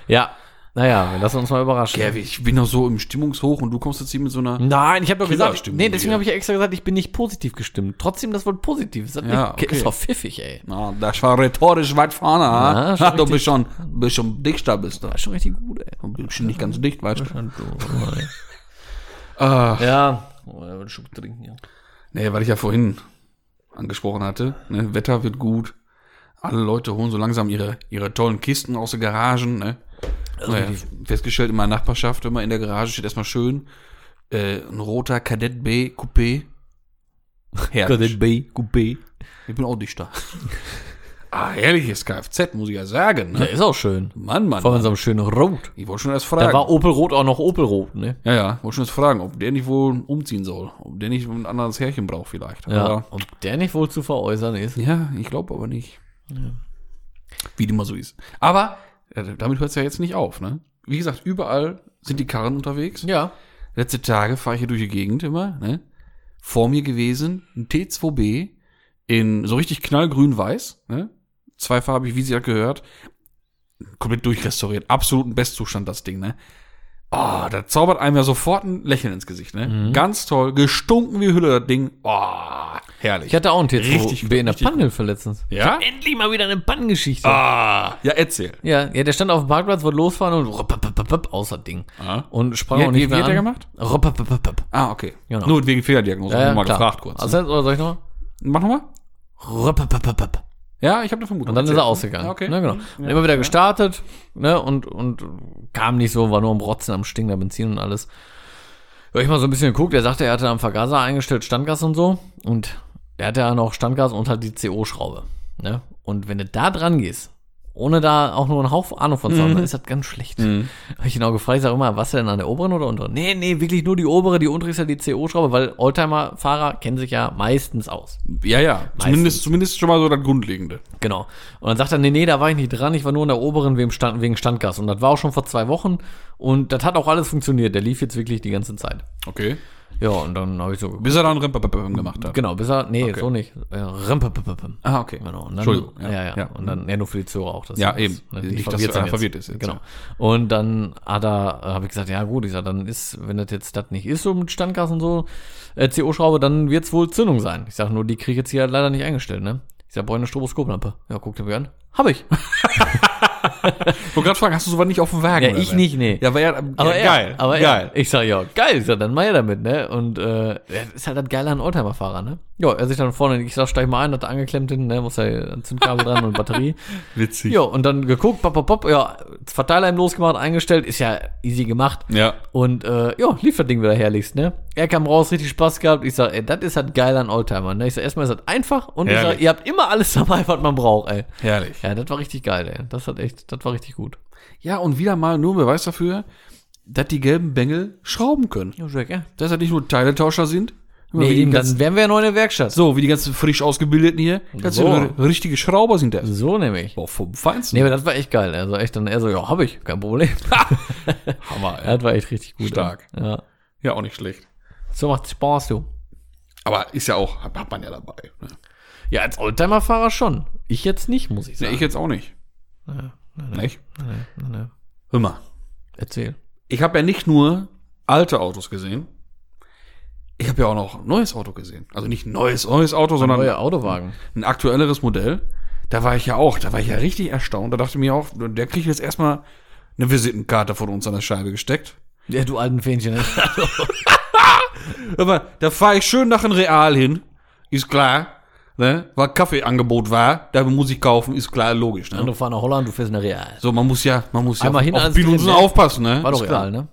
B: Ja, naja, wir lassen uns mal überraschen.
A: Gerwi, ich bin doch so im Stimmungshoch und du kommst jetzt hier mit so einer.
B: Nein, ich habe doch gesagt,
A: Kinderstimmung
B: nee, deswegen
A: hier.
B: habe ich ja extra gesagt, ich bin nicht positiv gestimmt. Trotzdem das Wort positiv. Ist, das
A: Ja,
B: nicht,
A: okay.
B: ist doch pfiffig, ey.
A: Na, das war rhetorisch weit vorne, ha?
B: Ja, schon
A: Ach, <laughs> du
B: richtig.
A: bist schon, bist schon dichter, bist du.
B: Das ist schon richtig gut, ey.
A: Du bist schon nicht ganz dicht, weißt du.
B: <laughs>
A: Ah,
B: ja. Oh, er wird Schub trinken, ja.
A: Nee, weil ich ja vorhin angesprochen hatte, ne, Wetter wird gut. Alle Leute holen so langsam ihre, ihre tollen Kisten aus den Garagen. Ne? Naja, festgestellt in meiner Nachbarschaft, immer in der Garage steht erstmal schön äh, ein roter Kadett B Coupé. Herrlich.
B: B, gut B.
A: Ich bin auch dichter. <laughs> ah, herrliches Kfz, muss ich ja sagen.
B: Ja,
A: Ne?
B: ist auch schön.
A: Mann, Mann,
B: Vor allem
A: Mann.
B: so einem schönen Rot.
A: Ich wollte schon erst
B: Da
A: fragen.
B: war Opel Rot auch noch Opel Rot, ne?
A: ja, ja, wollte schon erst fragen, ob der nicht wohl umziehen soll. Ob der nicht ein anderes Härchen braucht vielleicht. Aber,
B: Ob der nicht wohl zu veräußern ist.
A: Ja, ich glaube aber nicht. Wie dem mal so ist. Aber äh, damit hört es ja jetzt nicht auf, ne? Wie gesagt, überall sind die Karren unterwegs.
B: Ja.
A: Letzte Tage fahre ich hier durch die Gegend immer, ne? Vor mir gewesen, ein T2B in so richtig knallgrün-weiß, ne? Zweifarbig, wie sie ja gehört. Komplett durchrestauriert. Absoluten Bestzustand, das Ding, ne? Oh, da zaubert einem ja sofort ein Lächeln ins Gesicht, ne?
B: Mhm.
A: Ganz toll. Gestunken wie Hülle, das Ding. Oh, herrlich.
B: Ich hatte auch einen T2B
A: Richtig gut,
B: in der
A: richtig
B: Pannhilfe letztens.
A: Ja?
B: Ich hab endlich mal wieder eine Pannengeschichte.
A: Ah, ja, erzähl.
B: Ja, ja, der stand auf dem Parkplatz, wollte losfahren und rupp, rupp, rupp, rupp, außer Ding.
A: Ah.
B: Und sprang
A: Wie-
B: auch nicht
A: wie- wie
B: mehr
A: hat
B: an.
A: der gemacht?
B: Rupp, rupp, rupp, rupp.
A: Ah, okay.
B: Genau.
A: Nur wegen Fehlerdiagnose.
B: Ja,
A: hab
B: ja,
A: ich mal
B: klar.
A: gefragt kurz. ne?
B: Also, oder soll ich nochmal?
A: Mach nochmal.
B: Rupp, rupp, rupp, rupp.
A: Ja, ich habe eine Vermutung.
B: Und dann ist er ausgegangen.
A: Ja, okay.
B: Ne, genau. Und immer wieder gestartet ne, und, und kam nicht so, war nur am Rotzen, am stinkender Benzin und alles. Hör ich mal so ein bisschen geguckt, er sagte, er hatte am Vergaser eingestellt Standgas und so. Und er hatte ja noch Standgas und halt die CO-Schraube. Ne? Und wenn du da dran gehst, ohne da auch nur einen Hauch Ahnung von zu
A: Mhm.
B: haben, dann ist das ganz schlecht. Habe ich ihn auch gefragt, ich sag immer, was denn an der oberen oder unteren? Nee, nee, wirklich nur die obere, die untere ist ja die CO-Schraube, weil Oldtimer-Fahrer kennen sich ja meistens aus.
A: Ja, ja. Zumindest, zumindest schon mal so das Grundlegende.
B: Genau. Und dann sagt er, nee, nee, da war ich nicht dran, ich war nur in der oberen wegen, Stand, wegen Standgas. Und das war auch schon vor zwei Wochen. Und das hat auch alles funktioniert. Der lief jetzt wirklich die ganze Zeit.
A: Okay.
B: Ja, und dann habe ich so geguckt.
A: Bis er dann Rimpapapam gemacht hat.
B: Genau, bis er, nee, so nicht. Äh, Rimpepepepem.
A: Ah, okay.
B: Genau. Und dann,
A: Entschuldigung.
B: Ja, ja. Und dann, ja, nur für die Zuhörer auch. dass
A: Ja,
B: sie
A: eben.
B: ne,
A: Nicht, dass
B: verwirrt
A: er
B: sind jetzt.
A: verwirrt ist jetzt,
B: Genau. Und dann hat er, habe ich gesagt, ja gut, ich sag, dann ist, wenn das jetzt das nicht ist, so mit Standgas und so, äh, CO-Schraube, dann wird's wohl Zündung sein. Ich sag nur, die krieg ich jetzt hier leider nicht eingestellt, ne? Ich sag, brauche eine Stroboskoplampe. Ja, guck dir mir an. Hab ich.
A: Ich wollte gerade fragen, hast du sowas nicht auf dem Wagen?
B: Ja, ich nicht, nee.
A: Ja, war ja,
B: Aber
A: ja,
B: er,
A: geil.
B: aber
A: geil.
B: Er, ich sag ja, geil, ich sag, dann mach ja damit, ne? Und äh, das ist halt das Geile an Oldtimer-Fahrer, ne? Ja, er sich dann vorne, ich sag, steig mal ein, hat er angeklemmt hinten, ne? Muss ja Zündkabel dran und <laughs> Batterie.
A: Witzig.
B: Ja, und dann geguckt, pop, pop, pop, ja, Verteiler ihm losgemacht, eingestellt, ist ja easy gemacht.
A: Ja.
B: Und äh, ja, lief das Ding wieder herrlichst, ne? Er kam raus, richtig Spaß gehabt. Ich sag, ey, das ist halt geil an Oldtimer, ne? Ich sag, erstmal ist das einfach und ich
A: Herrlich.
B: sag, ihr habt immer alles dabei, was man braucht, ey.
A: Herrlich.
B: Ja, das war richtig geil, ey. Das hat echt, das war richtig gut.
A: Ja, und wieder mal nur ein Beweis dafür, dass die gelben Bengel schrauben können.
B: Ja, Jack, ja.
A: Dass das nicht nur Teiletauscher sind.
B: Nee,
A: wie die
B: eben,
A: ganzen,
B: dann wären wir ja noch in der Werkstatt.
A: so, wie die ganzen frisch Ausgebildeten hier. Das
B: So.
A: sind richtige Schrauber sind das.
B: So nämlich.
A: Boah, vom Feinsten.
B: Nee, aber das war echt geil. Also echt dann eher so, ja, hab ich, kein Problem. <laughs>
A: Hammer, ey.
B: das war echt richtig gut.
A: Stark.
B: Ja.
A: äh, Ja, auch nicht schlecht.
B: So macht Spaß, du.
A: Aber ist ja auch, hat, hat man ja dabei. Ne?
B: Ja, als Oldtimer-Fahrer schon. Ich jetzt nicht, muss ich
A: Ja,
B: sagen.
A: ich jetzt auch nicht. Nicht?
B: Nee, nee.
A: Hör mal.
B: Erzähl.
A: Ich habe ja nicht nur alte Autos gesehen. Ich habe ja auch noch ein neues Auto gesehen. Also nicht ein neues, neues Auto, sondern
B: Neuer Autowagen.
A: ein aktuelleres Modell. Da war ich ja auch, da war ich ja richtig erstaunt. Da dachte ich mir auch, der kriegt jetzt erstmal eine Visitenkarte von uns an der Scheibe gesteckt.
B: Ja, du alten Fähnchen. ne? <laughs>
A: Aber da fahre ich schön nach dem Real hin, ist klar. Ne? Weil Kaffeeangebot war, da muss ich kaufen, ist klar, logisch. Ne?
B: du fahren nach Holland, du fährst nach Real.
A: So, man muss ja, man muss ja
B: Einmal
A: auf,
B: hin,
A: auf
B: alles drin,
A: Pilunsen
B: ne?
A: aufpassen, ne?
B: War
A: Ist
B: doch
A: klar.
B: Real, ne?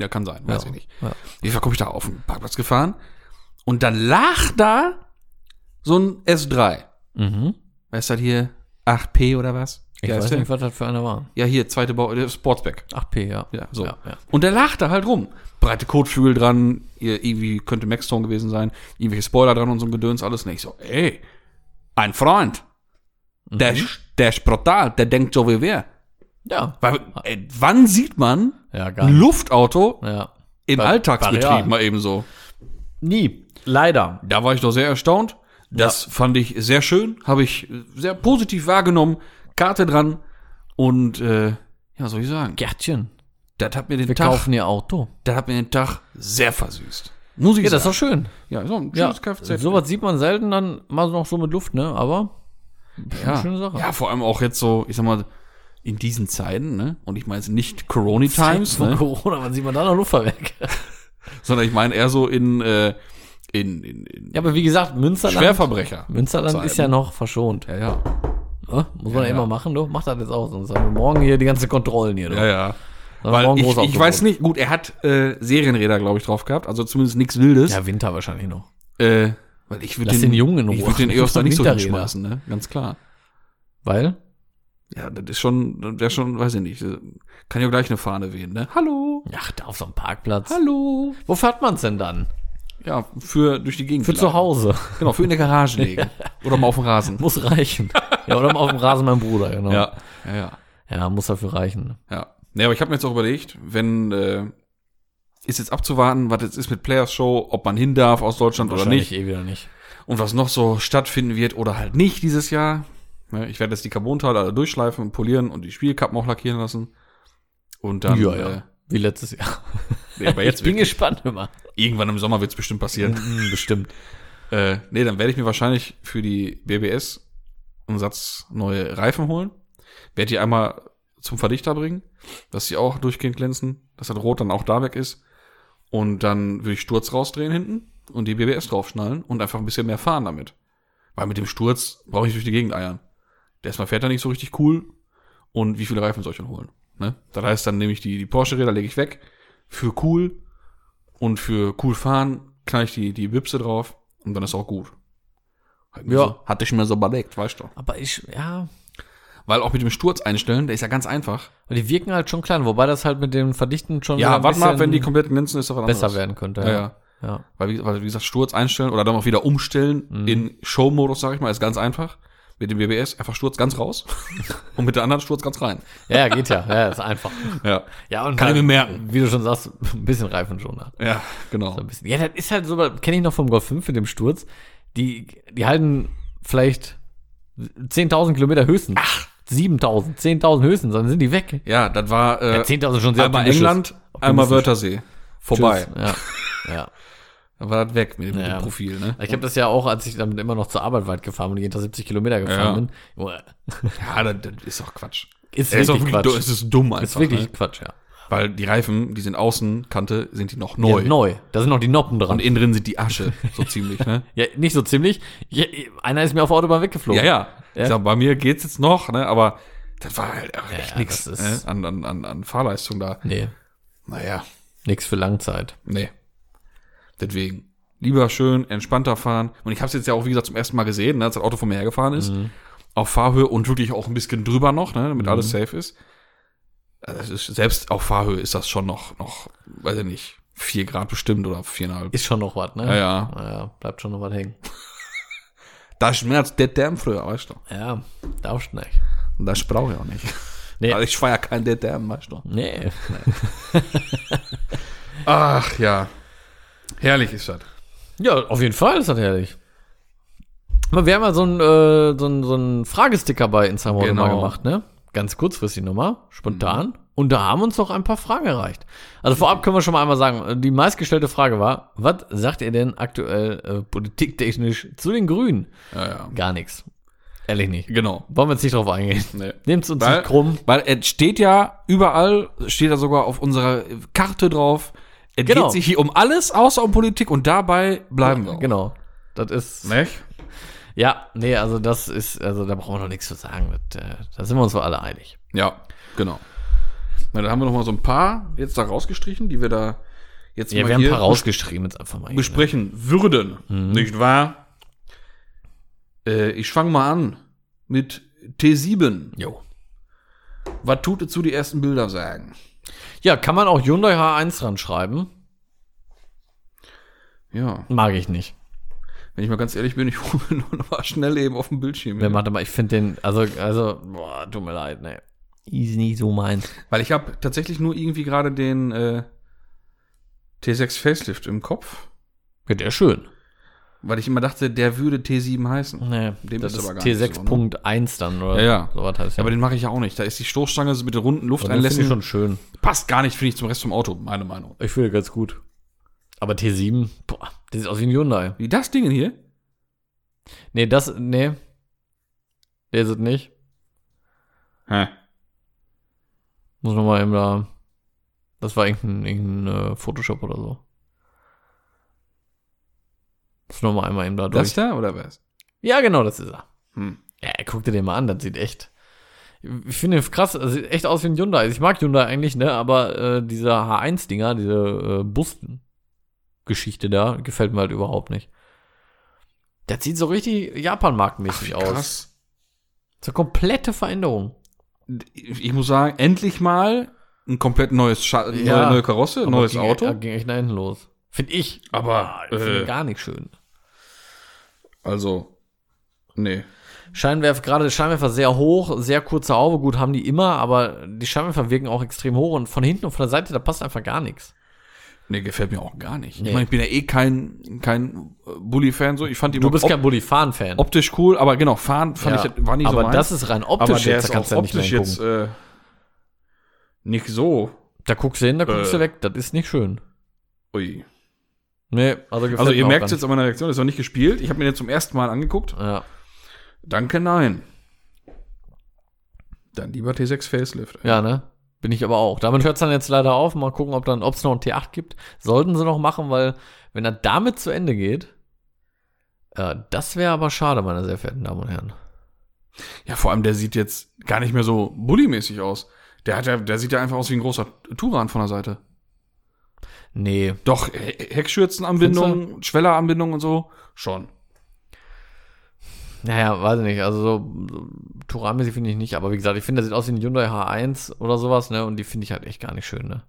A: Ja, kann sein, weiß ich nicht.
B: Ja.
A: Jedenfalls komme ich da auf den Parkplatz gefahren und dann lag da so ein S3.
B: Mhm.
A: Was ist das hier? 8P oder was?
B: Ich
A: ja,
B: weiß
A: ist der?
B: nicht, was das für einer war.
A: ja, hier, zweite Bau, äh, Sportsback.
B: 8P, ja.
A: Ja, so.
B: Ja, ja.
A: Und der lag da halt rum. Breite Kotflügel dran, ihr- irgendwie könnte Maxstone gewesen sein, irgendwelche Spoiler dran und so ein Gedöns, alles. Und ich so, ey, ein Freund. Der,
B: Mhm.
A: ist- der ist brutal, der denkt so wie wir.
B: Ja,
A: Weil, äh, wann sieht man
B: ja gar
A: ein
B: nicht.
A: Luftauto
B: Ja.
A: im
B: Bei-
A: Alltagsbetrieb
B: bei Real.
A: mal eben so?
B: Nie. Leider.
A: Da war ich doch sehr erstaunt. Das fand ich sehr schön, habe ich sehr positiv wahrgenommen. Karte dran und äh, ja, soll ich sagen,
B: Gärtchen.
A: das hat mir den
B: Wir
A: Tag,
B: kaufen ihr Auto.
A: das hat mir den Tag sehr versüßt. Muss ich sagen.
B: doch schön.
A: ja, so ein
B: Ja,
A: schönes Kfz.
B: sowas sieht man selten dann mal noch so mit Luft, ne? Aber
A: ja.
B: eine schöne Sache.
A: Ja, vor allem auch jetzt so, ich sag mal, in diesen Zeiten, ne? Und ich meine jetzt nicht Corona Times,
B: von
A: ne?
B: Corona, wann sieht man da noch Luftfahrwerk?
A: sondern ich meine eher so in äh, in, in, in
B: Ja, aber wie gesagt, Münsterland.
A: Schwerverbrecher.
B: Münsterland ist ja noch verschont.
A: Ja, ja,
B: Ne? Muss man ja,
A: ja.
B: immer machen, du? Mach das jetzt auch, sonst haben wir morgen hier die ganze Kontrollen hier. Du.
A: ja, ja.
B: Dann
A: Weil ich,
B: morgen groß
A: ich weiß
B: aufgebaut.
A: nicht, gut, er hat äh, Serienräder, glaube ich, drauf gehabt, also zumindest nichts Wildes.
B: Ja, Winter wahrscheinlich noch.
A: Äh, weil ich würde
B: Lass den Jungen in
A: Ich
B: Ruhe.
A: würde
B: <laughs>
A: den Eos da nicht so
B: Hinterräder.
A: hinschmeißen, ne? Ganz klar.
B: Weil?
A: Ja, das ist schon, das wäre schon, weiß ich nicht, äh, kann ja gleich eine Fahne wehen, ne? Hallo,
B: Ach, da auf so einem Parkplatz.
A: hallo.
B: Wo fährt man es denn dann?
A: Ja, für durch die Gegend.
B: Für zu
A: laufen.
B: Hause.
A: Genau, für in der Garage legen. Oder mal auf dem Rasen.
B: <laughs> Muss reichen. ja, oder auf dem Rasen mein Bruder, genau.
A: ja, ja.
B: ja muss dafür reichen.
A: ja. Nee, aber ich habe mir jetzt auch überlegt, wenn, äh, ist jetzt abzuwarten, was jetzt ist mit Players Show, ob man hin darf aus Deutschland oder nicht.
B: Wahrscheinlich eh wieder nicht.
A: und was noch so stattfinden wird oder halt nicht dieses Jahr. Ne, Ich werde jetzt die Carbonteile alle durchschleifen und polieren und die Spielkappen auch lackieren lassen. Und dann.
B: ja, ja.
A: Äh,
B: Wie letztes Jahr.
A: nee, aber jetzt
B: ich bin
A: wirklich.
B: gespannt immer.
A: irgendwann im Sommer wird es bestimmt passieren.
B: Bestimmt.
A: <laughs> äh, nee, dann werde ich mir wahrscheinlich für die BBS einen Satz neue Reifen holen. Werde die einmal zum Verdichter bringen, dass sie auch durchgehend glänzen, dass das Rot dann auch da weg ist. Und dann würde ich Sturz rausdrehen hinten und die BBS draufschnallen und einfach ein bisschen mehr fahren damit. Weil mit dem Sturz brauche ich nicht durch die Gegend eiern. Der erstmal fährt er nicht so richtig cool. Und wie viele Reifen soll ich dann holen? Ne? Das heißt, dann nehme ich die, die Porsche-Räder, lege ich weg. Für cool und für cool fahren knall ich die, die Wipse drauf und dann ist auch gut. Hat mir
B: Ja.
A: So, hatte ich mir so überlegt, weißt du.
B: Aber ich, ja.
A: Weil auch mit dem Sturz einstellen, der ist ja ganz einfach.
B: Und die wirken halt schon klein, wobei das halt mit dem Verdichten schon wieder
A: Ja,
B: ein
A: warte mal, ab, wenn die
B: bisschen
A: komplett glänzen, ist das was
B: besser
A: anderes.
B: werden könnte.
A: Ja, ja.
B: ja.
A: Weil wie, weil, wie gesagt, Sturz einstellen oder dann auch wieder umstellen
B: Mhm.
A: in Show-Modus, sag ich mal, ist ganz einfach. Mit dem BBS einfach Sturz ganz
B: <laughs>
A: raus und mit der anderen Sturz ganz rein.
B: Ja, ja, geht ja. Ja, ist einfach.
A: Ja,
B: Ja, und halt,
A: Kann ich mir merken.
B: Wie du schon sagst, <laughs> ein bisschen Reifen schon. Hat.
A: ja, genau.
B: Ein bisschen. Ja, das ist halt so, kenne ich noch vom Golf 5 mit dem Sturz. Die, die halten vielleicht 10.000 Kilometer höchstens. Ach. 7.000, 10.000 höchstens, dann sind die weg.
A: Ja, das war äh,
B: Ja, 10.000 schon sehr
A: einmal
B: optimistisch.
A: England, einmal Wörthersee. Vorbei.
B: Tschüss. Ja. ja.
A: Dann war das weg mit dem, mit
B: Ja.
A: dem Profil, ne?
B: Ich habe das ja auch, als ich damit immer noch zur Arbeit weit gefahren bin, jeden Tag 70 Kilometer
A: Ja.
B: gefahren bin. Uah.
A: Ja, das, das ist doch Quatsch.
B: Ist
A: Das ist,
B: wirklich
A: auch
B: Quatsch.
A: du- es ist dumm einfach.
B: ist wirklich
A: ne?
B: Quatsch, ja.
A: Weil die Reifen, die sind Außenkante, sind die noch
B: Ja,
A: neu.
B: neu. Da sind noch die Noppen dran.
A: Und innen drin sind die Asche,
B: <laughs>
A: so ziemlich, ne?
B: Ja, nicht so ziemlich. Ja, einer ist mir auf der Autobahn weggeflogen.
A: Ja, ja.
B: Ja.
A: Ich sag, bei mir geht's jetzt noch, ne? Aber das war halt auch echt
B: ja,
A: nix
B: das
A: ne?
B: ist-
A: an, an, an, an Fahrleistung da.
B: Nee,
A: Naja,
B: nix für Langzeit.
A: nee. Deswegen. Lieber schön, entspannter fahren. Und ich habe es jetzt ja auch, wie gesagt, zum ersten Mal gesehen, ne, als das Auto vor mir hergefahren ist.
B: Mhm.
A: Auf Fahrhöhe und wirklich auch ein bisschen drüber noch, ne, damit alles safe ist. Also es ist. Selbst auf Fahrhöhe ist das schon noch, noch, weiß ich nicht, vier Grad bestimmt oder viereinhalb.
B: Ist schon noch was, ne?
A: Ja, ja.
B: Ja, bleibt schon noch was hängen.
A: Da schmerzt der Damn früher, weißt du.
B: Ja, darfst nicht.
A: Und das brauche ich auch nicht.
B: Nee.
A: Weil ich feier kein Dead Damn, weißt du.
B: Nee.
A: Ach ja. Herrlich ist das.
B: Ja, auf jeden Fall ist das herrlich. Aber wir haben ja so einen, äh, so einen, so einen Fragesticker bei Instagram heute
A: Genau.
B: mal gemacht, ne? Ganz kurzfristig nochmal, spontan. Und da haben uns noch ein paar Fragen erreicht. Also vorab können wir schon mal einmal sagen, die meistgestellte Frage war, was sagt ihr denn aktuell äh, politiktechnisch zu den Grünen?
A: Ja, ja.
B: Gar nichts. Ehrlich nicht.
A: Genau.
B: Wollen wir jetzt nicht drauf eingehen. <laughs>
A: Nee.
B: Nehmt's uns
A: Weil,
B: nicht krumm.
A: weil es steht ja überall, steht ja sogar auf unserer Karte drauf. Es
B: Genau.
A: geht sich hier um alles außer um Politik und dabei bleiben wir. auch.
B: Genau. Das ist.
A: Nicht?
B: Ja, nee, also das ist, also da brauchen wir noch nichts zu sagen. Das, äh, da sind wir uns wohl alle einig.
A: Ja, genau. Na, da haben wir noch mal so ein paar jetzt da rausgestrichen, die wir da jetzt
B: Ja,
A: mal
B: wir haben ein
A: hier
B: paar Mhm. rausgeschrieben jetzt einfach mal. hier, ne?
A: besprechen würden. Nicht wahr? Äh, ich fange mal an mit T7.
B: Jo.
A: Was tut dazu die ersten Bilder sagen?
B: Ja, kann man auch Hyundai H1 dran schreiben?
A: Ja,
B: Mag ich nicht.
A: wenn ich mal ganz ehrlich bin, <laughs> ich hole mir nur noch mal schnell eben auf dem Bildschirm.
B: Wer macht aber, ich finde den, also, also, boah, tut mir leid, ne. Ist nicht so meins.
A: Weil ich habe tatsächlich nur irgendwie gerade den äh, T6 Facelift im Kopf,
B: Ja, der ist schön.
A: weil ich immer dachte, der würde T7 heißen.
B: Nee,
A: Dem
B: das
A: ist
B: ist,
A: aber gar nicht so, ne?
B: T6.1 dann, oder?
A: Ja, ja.
B: So was heißt
A: Ja, aber
B: ja.
A: den mache ich ja auch nicht. Da ist die Stoßstange mit den runden
B: Und den finde
A: Lufteinlässen
B: ich schon schön.
A: passt gar nicht, finde ich, zum Rest vom Auto, meine Meinung.
B: Ich finde ganz gut. Aber T7, boah, der sieht aus wie ein Hyundai.
A: Wie das Ding hier?
B: Nee, das, nee. Der ist es nicht.
A: Hä?
B: Muss nochmal eben da. Das war irgendein, irgendein äh, Photoshop oder so. Muss nochmal einmal eben da durch.
A: Das da oder was?
B: Ja, genau, das ist er.
A: Hm.
B: Ja, guck dir den mal an, das sieht echt. Ich finde den krass, das sieht echt aus wie ein Hyundai. Ich mag Hyundai eigentlich, ne, aber äh, diese H1-Dinger, diese äh, Bus-Geschichte da, gefällt mir halt überhaupt nicht. Das sieht so richtig Japan-Marktmäßig aus.
A: Krass.
B: So komplette Veränderung.
A: Ich muss sagen, endlich mal ein komplett neues Scha
B: Ja.
A: neue, neue Karosse,
B: Aber
A: neues
B: ging,
A: Auto.
B: äh, Ging echt nach hinten los. Finde ich.
A: Aber,
B: Ah, find
A: äh,
B: gar nicht schön.
A: also, nee.
B: Scheinwerfer, gerade Scheinwerfer sehr hoch, sehr kurze Haube, gut, haben die immer, aber die Scheinwerfer wirken auch extrem hoch und von hinten und von der Seite, da passt einfach gar nichts.
A: Nee, gefällt mir auch gar nicht.
B: Nee.
A: Ich meine, ich bin ja eh kein, kein äh, Bully-Fan, so. Ich fand die
B: Du
A: immer
B: bist
A: op-
B: kein Bulli-Fahren-Fan.
A: optisch cool, aber genau, fahren fand
B: Ja,
A: ich, war nicht
B: aber
A: so meins.
B: das ist rein optisch
A: aber der ist
B: da
A: auch
B: kannst du ja nicht mehr
A: optisch jetzt
B: hingucken.
A: äh, nicht so.
B: Da guckst du hin, da guckst du
A: äh,
B: weg, das ist nicht schön.
A: Ui.
B: Nee, also gefällt
A: Also ihr
B: mir auch
A: merkt
B: gar
A: jetzt an meiner Reaktion, das ist noch nicht gespielt. Ich habe mir den zum ersten Mal angeguckt.
B: nicht. Ja.
A: Danke, nein. Dann lieber T6 Facelift.
B: ja, ne? Bin ich aber auch. Damit hört es dann jetzt leider auf. Mal gucken, ob dann, ob es noch ein T8 gibt. Sollten sie noch machen, weil wenn er damit zu Ende geht, Ja, äh, das wäre aber schade, meine sehr verehrten Damen und Herren.
A: Ja, vor allem, der sieht jetzt gar nicht mehr so bullymäßig aus. Der, hat ja, der sieht ja einfach aus wie ein großer Turan von der Seite.
B: Nee.
A: Doch, He- Heckschürzenanbindung, Schwelleranbindung und so, schon.
B: Naja, weiß ich nicht. Also so, so Turan-mäßig finde ich nicht. Aber wie gesagt, ich finde, der sieht aus wie ein Hyundai H1 oder sowas, ne? Und die finde ich halt echt gar nicht schön, ne?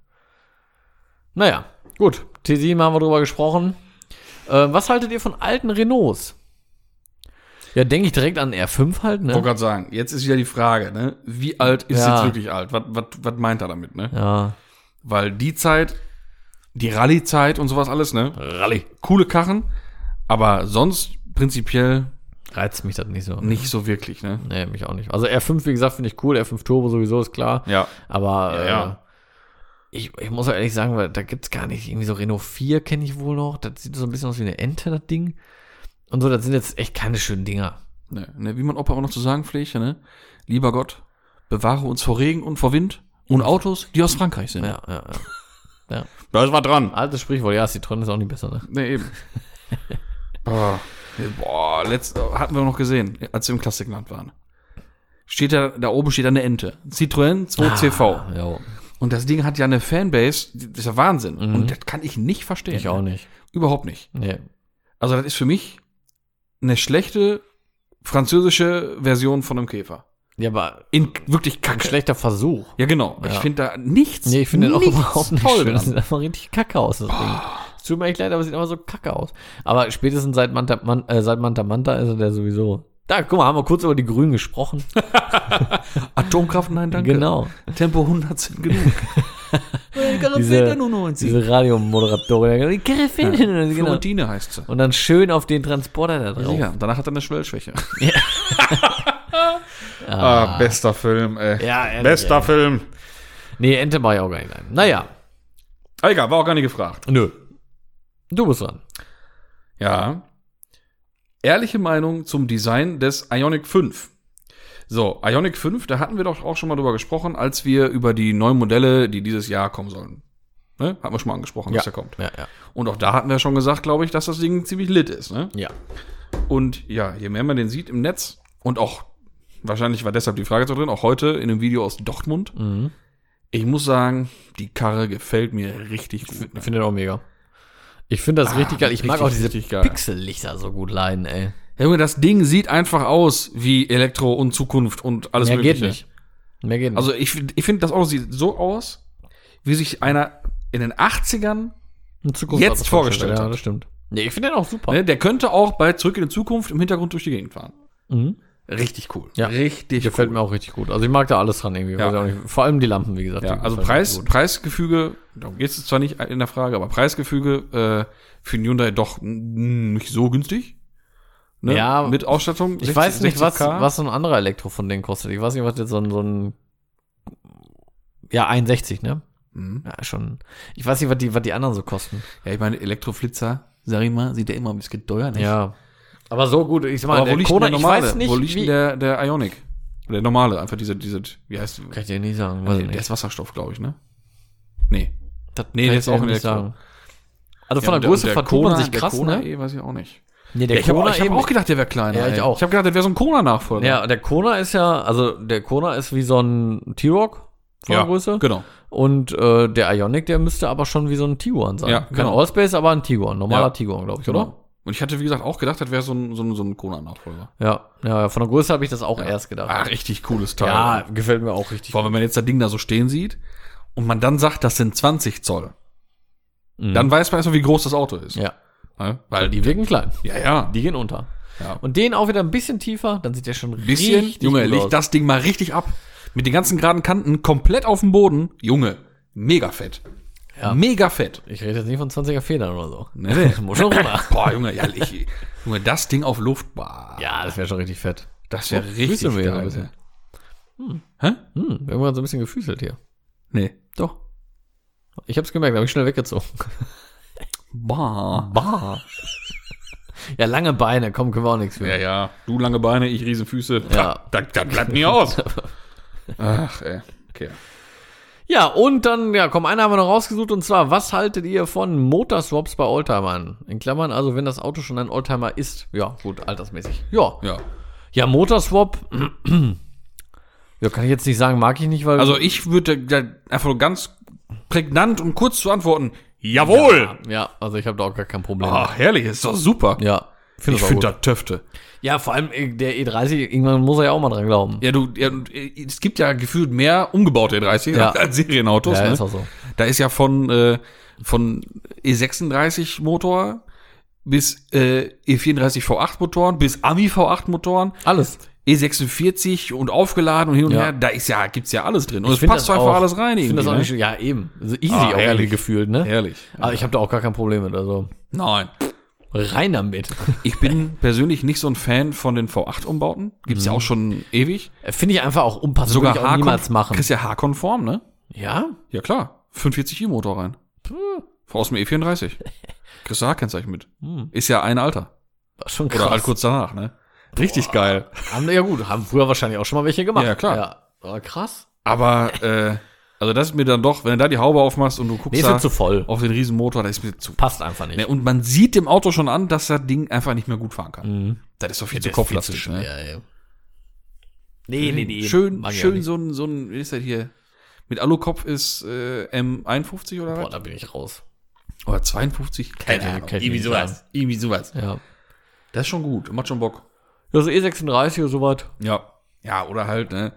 B: Naja, gut. T7 haben wir drüber gesprochen. Äh, was haltet ihr von alten Renaults? Ja, denke ich direkt an R5 halt,
A: Ich wollte
B: ne?
A: gerade sagen, jetzt ist wieder die Frage, ne? Wie alt ist
B: Ja.
A: jetzt wirklich alt? Was, was, was meint er damit, ne?
B: Ja.
A: Weil die Zeit, die Rallye-Zeit und sowas alles, ne?
B: Rallye.
A: Coole Karren, aber sonst prinzipiell
B: Reizt mich das nicht so.
A: nicht so wirklich, ne?
B: Nee, mich auch nicht. Also R5, wie gesagt, finde ich cool. R5 Turbo sowieso ist klar.
A: Ja.
B: Aber
A: Ja,
B: äh,
A: ja.
B: Ich, ich muss auch ehrlich sagen, weil da gibt's gar nicht irgendwie so Renault 4 kenne ich wohl noch. Das sieht so ein bisschen aus wie eine Ente, das Ding. Und so, das sind jetzt echt keine schönen Dinger.
A: Ne, ne, wie man Opa auch noch zu sagen pflegte, ne? Lieber Gott, bewahre uns vor Regen und vor Wind und Autos, die aus Frankreich sind.
B: Ja, ja, ja.
A: Da ist was dran.
B: Altes Sprichwort, ja, Citroen ist auch nicht besser. Ne?
A: Ne, eben. Boah, Boah letzt, hatten wir noch gesehen, als wir im Klassikland waren. Steht da, da oben steht eine Ente. Citroën 2CV.
B: Ah, jo,
A: Und das Ding hat ja eine Fanbase, die- das ist ja Wahnsinn. Und das kann ich nicht verstehen.
B: Mhm. ich auch nicht.
A: Überhaupt nicht.
B: Nee.
A: Also das ist für mich eine schlechte französische Version von einem Käfer.
B: Ja, aber
A: In wirklich
B: ein
A: kacke.
B: schlechter Versuch.
A: Ja, genau. Ich
B: Ja.
A: finde da nichts.
B: Nee, ich finde den auch
A: nichts
B: überhaupt nicht
A: toll
B: schön. Das sieht
A: dran.
B: einfach richtig kacke aus. Das Ding. Es tut mir echt leid, aber es sieht einfach so kacke aus. Aber spätestens seit Manta, Man, äh, seit Manta Manta ist er der sowieso. Da, guck mal, haben wir kurz über die Grünen gesprochen.
A: Atomkraft, nein, danke.
B: Genau.
A: Tempo 100 sind
B: <laughs>
A: genug. Die Karre
B: Diese-
A: fährt ja nur 90.
B: Diese Radiomoderatorin. Die Karre fehlt hin. Und genau.
A: Florentine heißt sie.
B: Und dann schön auf den Transporter da drauf.
A: Ja, danach hat er eine Schwellschwäche. <laughs> ah, bester Film, ey.
B: Ja, ehrlich,
A: bester Film.
B: Nee, Ente mach ich auch gar nicht ein. Naja,
A: Ah, egal, war auch gar nicht gefragt.
B: nö. Du bist dran.
A: Ja. Ehrliche Meinung zum Design des Ionic 5. So, Ionic 5, da hatten wir doch auch schon mal drüber gesprochen, als wir über die neuen Modelle, die dieses Jahr kommen sollen. Ne? Hatten wir schon mal angesprochen, dass der kommt.
B: Ja, ja.
A: Und auch da hatten wir schon gesagt, glaube ich, dass das Ding ziemlich lit ist. Ne?
B: Ja.
A: Und ja, je mehr man den sieht im Netz und auch, wahrscheinlich war deshalb die Frage so drin, auch heute in einem Video aus Dortmund,
B: Mhm.
A: ich muss sagen, die Karre gefällt mir richtig gut.
B: Ich finde das auch mega. Ich finde das richtig geil. Ich mag
A: richtig,
B: auch diese
A: richtig geil.
B: Pixellichter so gut leiden, ey.
A: Ja, Junge, das Ding sieht einfach aus wie Elektro und Zukunft und alles
B: Mehr geht
A: Mögliche.
B: nicht. Mehr geht nicht.
A: Also ich, find- ich finde, das Auto sieht so aus, wie sich einer in den 80ern,
B: Ein Zukunftsauto
A: jetzt vorgestellt
B: Ja,
A: hat.
B: das stimmt. Nee, ich finde den auch super.
A: ne, der könnte auch bei Zurück in die Zukunft im Hintergrund durch die Gegend fahren.
B: Mhm.
A: Richtig cool.
B: Ja.
A: Richtig
B: Gefällt
A: cool.
B: mir auch richtig gut. Also ich mag da alles dran irgendwie.
A: Ja.
B: Weiß ich auch nicht. Vor allem die Lampen, wie gesagt.
A: Ja,
B: die
A: also
B: gefallen mir
A: Preis,
B: gut.
A: Preisgefüge, darum geht es zwar nicht in der Frage, aber Preisgefüge äh, für den Hyundai doch mm, nicht so günstig. Ne?
B: Ja,
A: mit Ausstattung.
B: Ich weiß nicht, was,
A: 60K.
B: was so ein anderer Elektro von denen kostet. Ich weiß nicht, was jetzt so ein, so ein ja, 61, ne?
A: Mhm.
B: Ja, schon. Ich weiß nicht, was die, was die anderen so kosten.
A: Ja, ich meine, Elektroflitzer, sag ich mal, sieht ja immer ein bisschen teuer, nicht?
B: Ja. Aber so gut, ich sag mal,
A: Aber wo
B: der
A: liegt
B: Kona-
A: denn der normale?
B: ich weiß nicht,
A: wo liegt
B: wie,
A: denn der, der Ionic? Der normale, einfach diese, diese, wie heißt
B: kann ich dir nicht sagen,
A: der,
B: weiß ich
A: der
B: Also nicht.
A: ist Wasserstoff, glaube ich, ne? Nee.
B: Das
A: nee,
B: kann
A: der
B: ich
A: ist
B: dir
A: auch ein
B: nicht
A: Elektro.
B: Also von der, Größe vertut man sich krass,
A: Kona,
B: ne?
A: eh, weiß ich auch nicht.
B: Nee, der
A: Ja, ich habe
B: Kona
A: hab
B: eben-
A: auch gedacht, der wäre kleiner.
B: Ja, ich
A: ey.
B: auch.
A: Ich habe gedacht, der wäre so ein Kona-Nachfolger.
B: Ja, der Kona ist ja, also der Kona ist wie so ein T-Rock von
A: ja
B: der Größe.
A: genau.
B: Und äh, der Ionic, der müsste aber schon wie so ein Tiguan sein.
A: Ja,
B: Kein
A: genau.
B: Allspace, aber ein Tiguan. Normaler
A: Ja.
B: Tiguan, glaube ich, oder?
A: Genau. Und ich hatte, wie gesagt, auch gedacht, das wäre so ein, so ein, so ein Kona-Nachfolger.
B: Ja, ja, von der Größe habe ich das auch erst gedacht.
A: Ah, richtig cooles Teil.
B: ja, gefällt mir auch richtig.
A: Vor allem, wenn man jetzt das Ding da so stehen sieht und man dann sagt, das sind 20 Zoll,
B: Mhm.
A: dann weiß man erstmal, wie groß das Auto ist.
B: Ja,
A: Ne? Weil die,
B: die wirken klein.
A: ja, ja.
B: Die gehen unter.
A: Ja.
B: Und den auch wieder ein bisschen tiefer, dann sieht der schon
A: bisschen,
B: richtig
A: Junge,
B: gut
A: leg
B: aus.
A: das Ding mal richtig ab. Mit den ganzen geraden Kanten, komplett auf dem Boden. Junge, mega fett.
B: Ja.
A: Mega fett.
B: Ich rede jetzt nicht von 20er Federn oder so.
A: Nee, nee.
B: <laughs>
A: <laughs>
B: Muss schon rüber.
A: Boah, Junge, ja,
B: <laughs>
A: ich, Junge, das Ding auf Luft, boah,
B: Ja, das wäre schon richtig fett.
A: das wäre
B: Oh,
A: richtig
B: füßeln wir ja so ein
A: geil.
B: bisschen.
A: ne? Hä?
B: Hm, irgendwann so ein bisschen gefüßelt hier.
A: Nee, doch.
B: Ich hab's gemerkt, habe ich schnell weggezogen.
A: Bah.
B: Bah. Ja, lange Beine, komm, können wir auch nichts für.
A: Ja, ja, du lange Beine, ich riesen Füße.
B: Ja.
A: Da, da, da bleibt mir aus. Ach, ey. Okay.
B: Ja, und dann, ja, komm, einen haben wir noch rausgesucht und zwar, was haltet ihr von Motorswaps bei Oldtimern? In Klammern, also wenn das Auto schon ein Oldtimer ist. Ja, gut, altersmäßig. Ja.
A: Ja.
B: Ja, Motorswap. <clears throat> ja, kann ich jetzt nicht sagen, mag ich nicht, weil.
A: Also ich würde da einfach nur ganz prägnant und kurz zu antworten, jawohl!
B: ja, also ich habe da auch gar kein Problem.
A: Ah, herrlich, ist doch super.
B: Ja. Find
A: Ich
B: das auch
A: finde
B: gut.
A: das Töfte.
B: ja, vor allem äh, der E30, irgendwann muss er ja auch mal dran glauben.
A: Ja, du, ja, und, äh, es gibt ja gefühlt mehr umgebaute E30
B: Ja.
A: als Serienautos.
B: Ja,
A: ne?
B: ist auch so.
A: Da ist ja von, äh, von E36 Motor bis äh, E34 V8 Motoren, bis Ami V8 Motoren,
B: Alles.
A: E46 E und aufgeladen und hin und
B: Ja.
A: her, da ist ja, gibt's ja alles drin. Und
B: Ich
A: es
B: find
A: passt
B: das
A: einfach
B: auch-
A: alles rein.
B: Ich finde das auch
A: irgendwie, ne?
B: nicht, ja, eben. So easy
A: Ah,
B: auch irgendwie
A: herrlich.
B: gefühlt, ne?
A: ne? Herrlich.
B: Aber ich habe da auch gar kein Problem mit, also
A: Nein.
B: rein damit.
A: Ich bin persönlich nicht so ein Fan von den V8-Umbauten. Gibt's ja auch schon ewig.
B: Finde ich einfach auch unpassend,
A: Sogar
B: würde Mhm. ich auch niemals machen.
A: Kriegst ja H-konform, ne?
B: Ja?
A: Ja klar. 45i Motor rein. Aus dem E34. E
B: <laughs>
A: Kriegst du H-Kennzeichen mit.
B: Hm.
A: Ist ja ein Alter.
B: Schon krass.
A: Oder halt kurz danach, ne? Richtig geil.
B: Haben, ja gut, haben früher wahrscheinlich auch schon mal welche gemacht.
A: Ja, klar.
B: Ja. Aber krass.
A: Aber, äh, also das ist mir dann doch, wenn du da die Haube aufmachst und du guckst
B: Nee, ist
A: da
B: mir zu voll.
A: auf den Riesenmotor, das ist mir zu.
B: Passt einfach nicht.
A: Ne, und man sieht dem Auto schon an, dass das Ding einfach nicht mehr gut fahren kann.
B: Mhm.
A: Das ist doch viel
B: Der
A: zu
B: ist
A: kopflastig,
B: viel zu
A: ne?
B: schwer, ey. Nee, nee, nee.
A: Schön,
B: Mag ich auch
A: schön
B: nicht.
A: so ein, so ein, wie ist das hier? Mit Alukopf ist äh, M51 oder
B: Boah,
A: was?
B: da bin ich raus.
A: Oder 52? Keine
B: Ahnung,
A: Ahnung.
B: irgendwie sowas.
A: Irgendwie sowas.
B: Ja.
A: Das ist schon gut. Macht schon Bock.
B: Ja, so E36 oder sowas.
A: Ja. Ja, oder halt, ne?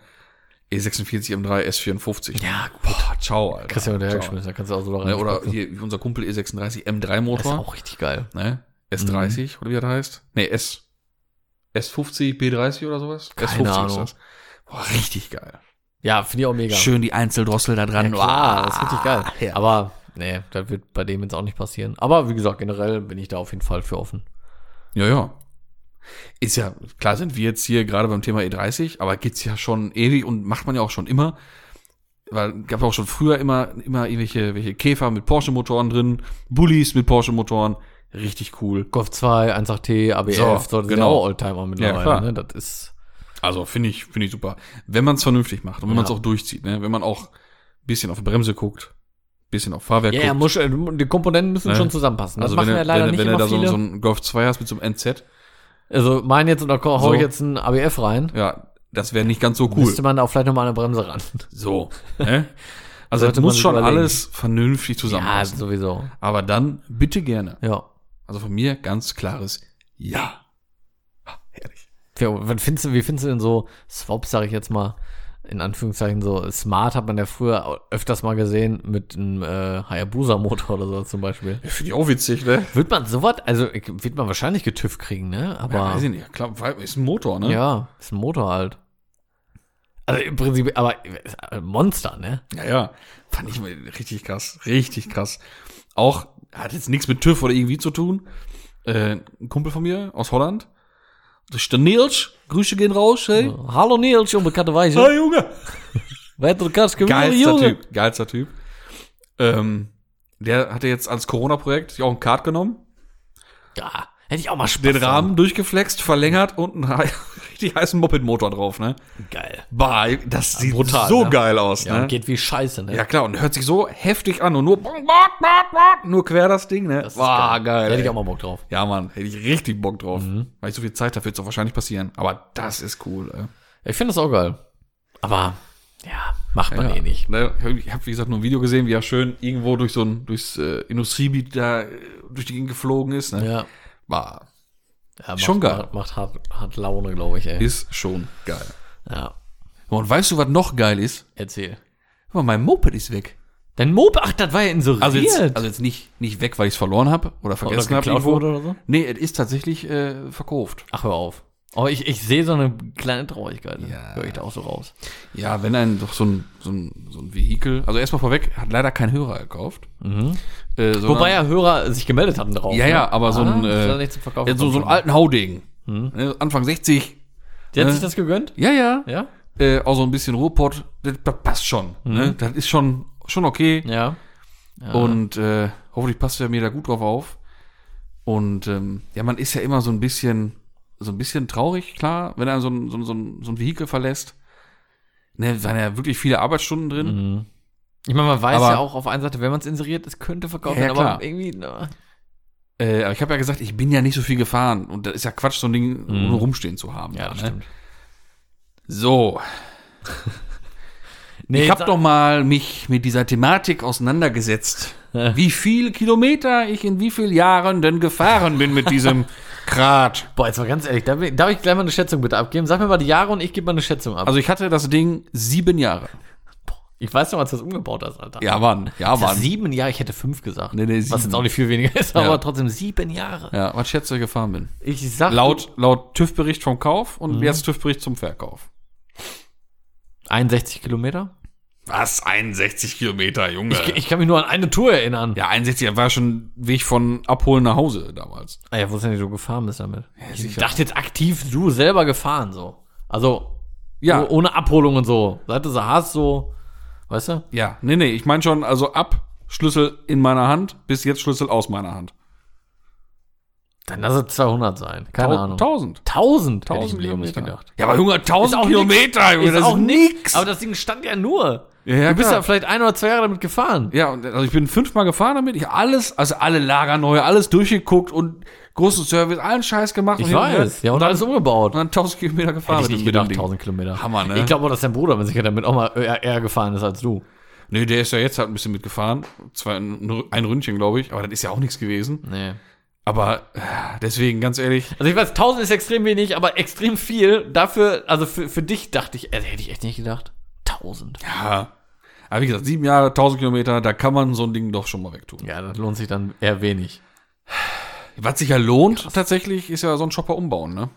A: E46 M3 S54.
B: Ja, gut.
A: Boah, ciao, Alter.
B: Kriegst du ja wieder
A: Ciao.
B: hergeschmissen, da kannst du auch so da rein.
A: Ne, oder hier unser Kumpel E36
B: das ist
A: M3-Motor.
B: auch richtig geil.
A: Ne?
B: Mhm.
A: S30 oder wie das heißt? Ne, S. S50, B30 oder sowas?
B: Keine
A: S50
B: Ahnung.
A: Boah, richtig geil.
B: Ja, finde ich auch mega.
A: Schön die Einzeldrossel da
B: Ja,
A: dran.
B: klar,
A: Wow.
B: das ist richtig geil. Aber nee, das wird bei dem jetzt auch nicht passieren. Aber wie gesagt, generell bin ich da auf jeden Fall für offen.
A: Ja, ja. Ist ja, klar sind wir jetzt hier gerade beim Thema E30, aber gibt's ja schon ewig und macht man ja auch schon immer. Weil gab auch schon früher immer, immer irgendwelche welche Käfer mit Porsche-Motoren drin, Bullies mit Porsche-Motoren. Richtig cool.
B: Golf 2, 1.8T, ABF,
A: So,
B: so, das sind ja
A: genau.
B: auch Oldtimer mittlerweile.
A: Ja, klar.
B: ne? Das ist
A: Also finde ich, finde ich super. Wenn man es vernünftig macht und wenn man es
B: Ja.
A: auch durchzieht, ne? Wenn man auch ein bisschen auf Bremse guckt, ein bisschen auf Fahrwerk
B: ja, ja,
A: guckt.
B: muss, äh, die Komponenten müssen
A: Ne?
B: schon zusammenpassen. Das
A: also wenn
B: machen
A: du,
B: ja leider
A: wenn, du-
B: nicht
A: wenn du
B: immer
A: da so,
B: viele.
A: so einen Golf 2 hast mit so einem NZ,
B: also mein jetzt und da hau
A: So.
B: ich jetzt einen ABF rein.
A: ja, das wäre nicht ganz so cool.
B: Müsste man da auch vielleicht nochmal eine Bremse ran.
A: So. Ne? Also
B: Sollte
A: es
B: man
A: muss
B: sich
A: schon
B: überlegen.
A: alles vernünftig
B: Ja,
A: zusammenpassen.
B: sowieso.
A: Aber dann bitte gerne.
B: Ja.
A: Also von mir ganz klares Ja. Ha, Herrlich.
B: Wie, wann findest du, wie findest du denn so Swaps, sag ich jetzt mal, in Anführungszeichen so smart hat man ja früher öfters mal gesehen mit einem äh, Hayabusa-Motor oder so zum Beispiel.
A: Ja, Finde ich auch witzig, ne?
B: Wird man sowas, also ich- wird man wahrscheinlich getüff kriegen, ne?
A: Ja,
B: Aber
A: weiß ich
B: ja,
A: nicht. Klar, weil- ist ein Motor, ne?
B: ist ein Motor halt. Also im Prinzip, aber äh, Monster, ne?
A: Ja, ja. Fand ich mal richtig krass. Richtig krass. Auch, hat jetzt nichts mit TÜV oder irgendwie zu tun. Äh, ein Kumpel von mir aus Holland. Das ist der Nils. Grüße gehen raus, hey.
B: Also, Hallo Nils, unbekannte Weise.
A: Hey, Junge.
B: Weitere Katz gewesen,
A: Geilster
B: Junge.
A: Typ. Geilster Typ. Ähm, der hatte jetzt als Corona-Projekt sich auch ein Kart genommen,
B: Ja, hätte ich auch mal Spaß.
A: den
B: dran.
A: Rahmen durchgeflext, verlängert und einen <laughs> hei- richtig heißen Moped-Motor drauf, ne?
B: Geil.
A: Bah, das sieht
B: brutal,
A: so
B: ne?
A: geil aus,
B: Ja,
A: ne?
B: und geht wie Scheiße, ne?
A: Ja klar, und hört sich so heftig an und nur nur quer das Ding, ne?
B: Das ist
A: Boah, geil.
B: Hätte ich
A: ey.
B: auch mal Bock drauf.
A: ja, Mann, hätte ich richtig Bock drauf.
B: Mhm.
A: Weil ich so viel Zeit dafür wird es auch wahrscheinlich passieren. Aber das ist cool. Ey.
B: Ich finde das auch geil. Aber ja, macht man
A: Ja.
B: eh nicht.
A: Ne, ich hab- Ich habe, wie gesagt, nur ein Video gesehen, wie er schön irgendwo durch so ein durchs äh, Industriegebiet da äh, durch die Gegend geflogen ist. Ne?
B: Ja.
A: War,
B: ja macht,
A: Schon geil.
B: Macht, macht hart, hart Laune, glaube ich, ey.
A: ist schon geil.
B: Ja,
A: Und weißt du, was noch geil ist?
B: erzähl.
A: Guck mal, mein Moped ist weg.
B: Dein Moped, ach, das war ja inseriert.
A: Also jetzt, also jetzt nicht, nicht weg, weil ich es verloren habe oder vergessen habe.
B: geklaut
A: irgendwo.
B: wurde oder so?
A: Nee, es ist tatsächlich äh, verkauft.
B: Ach, hör auf. Aber ich, ich sehe so eine kleine Traurigkeit. ne?
A: Ja.
B: Hör ich da auch so raus.
A: Ja, wenn ein doch so ein, so ein, so ein Vehikel, also erstmal vorweg, hat leider kein Hörer gekauft. Äh, sondern-
B: Mhm. Wobei ja Hörer sich gemeldet hatten drauf.
A: ja, ja, aber so ein,
B: Äh,
A: äh,
B: nicht Mhm. zum Verkauf
A: ja, so, so einen alten Haudegen. Ne, Anfang 60.
B: Die hat
A: ne?
B: sich das gegönnt?
A: Ja, ja.
B: Ja?
A: äh, auch so ein bisschen Ruhrpott, das, das passt schon. Ne? Das ist schon, schon okay.
B: Mhm. Ja.
A: Und äh, hoffentlich passt er mir da gut drauf auf. Und ähm, ja, man ist ja immer so ein bisschen, so ein bisschen traurig, klar, wenn er so
B: Mhm.
A: ein, so, ein- so ein, so ein Vehikel verlässt. Ne, da waren ja wirklich viele Arbeitsstunden drin.
B: Ich meine, man weiß
A: Aber-
B: ja auch auf einer Seite, wenn man es inseriert, es könnte verkauft
A: Ja, ja,
B: werden, aber
A: klar.
B: irgendwie. ne, Na,
A: Äh, aber ich habe ja gesagt, ich bin ja nicht so viel gefahren. Und das ist ja Quatsch, so ein Ding
B: Mhm.
A: ohne rumstehen zu haben.
B: ja,
A: ne?
B: das stimmt.
A: So,
B: Nee,
A: ich habe
B: sag-
A: doch mal mich mit dieser Thematik auseinandergesetzt. wie viel Kilometer ich in wie vielen Jahren denn gefahren bin mit
B: <laughs>
A: diesem Krat.
B: Boah, jetzt mal ganz ehrlich, darf ich, darf ich gleich mal eine Schätzung bitte abgeben? Sag mir mal die Jahre und ich gebe mal eine Schätzung ab.
A: Also ich hatte das Ding sieben Jahre.
B: ich weiß noch, als das umgebaut ist, Alter.
A: Ja, Mann. Ja,
B: Das ist
A: Mann.
B: sieben Jahre, ich hätte fünf gesagt.
A: Nee, nee,
B: was
A: sieben.
B: jetzt auch nicht viel weniger ist,
A: Ja.
B: aber trotzdem sieben Jahre.
A: Ja, was schätzt du, ich gefahren bin?
B: Ich sag
A: Laut, laut TÜV-Bericht vom Kauf und
B: Mhm.
A: jetzt TÜV-Bericht zum Verkauf.
B: 61 Kilometer.
A: Was? 61 Kilometer, Junge.
B: Ich, ich kann mich nur an eine Tour erinnern.
A: ja, 61 war schon Weg von Abholen nach Hause damals.
B: Ah ja, wo ist denn du gefahren bist damit? ich
A: sicher.
B: dachte jetzt aktiv, du selber gefahren so. Also
A: Ja,
B: oh- ohne Abholung und so. Seit du sie hast, so, weißt du?
A: ja. Nee, nee, ich meine schon, also ab Schlüssel in meiner Hand bis jetzt Schlüssel aus meiner Hand.
B: Dann lass es 200 sein. Keine Ahnung.
A: 1000.
B: 1000 hätte ich im
A: 1000
B: Leben nicht
A: Kilometer.
B: gedacht.
A: Ja, aber Junge, 1000
B: Ist auch
A: Kilometer, Junge,
B: Ist auch
A: nix.
B: Aber das Ding stand ja nur.
A: Ja, ja,
B: du bist
A: klar.
B: ja vielleicht ein oder zwei Jahre damit gefahren.
A: Ja, und also ich bin fünfmal gefahren damit. Ich alles, also alle Lager neu, alles durchgeguckt und großen Service, allen Scheiß gemacht. und
B: Ich
A: hin und her.
B: weiß. Ja, und alles umgebaut.
A: Und dann 1000 Kilometer gefahren.
B: Hätte
A: mit
B: ich nicht
A: dem
B: gedacht,
A: Ding.
B: 1000 Kilometer.
A: Hammer, ne?
B: Ich glaube auch, dass dein Bruder mit sicher damit auch mal äh, eher, eher gefahren ist als du.
A: Nee, der ist ja jetzt halt ein bisschen mitgefahren. Zwar ein, ein Ründchen, glaube ich, aber das ist ja auch nichts gewesen.
B: Nee.
A: Aber äh, deswegen, ganz ehrlich,
B: Also ich weiß, 1000 ist extrem wenig, aber extrem viel. Dafür, also für, für dich dachte ich, also hätte ich echt nicht gedacht. 1000.
A: ja. Aber wie gesagt, sieben Jahre, 1000 Kilometer, da kann man so ein Ding doch schon mal wegtun.
B: Ja, das lohnt sich dann eher wenig.
A: Was sich ja lohnt tatsächlich, ist ja so ein Shopper umbauen, ne?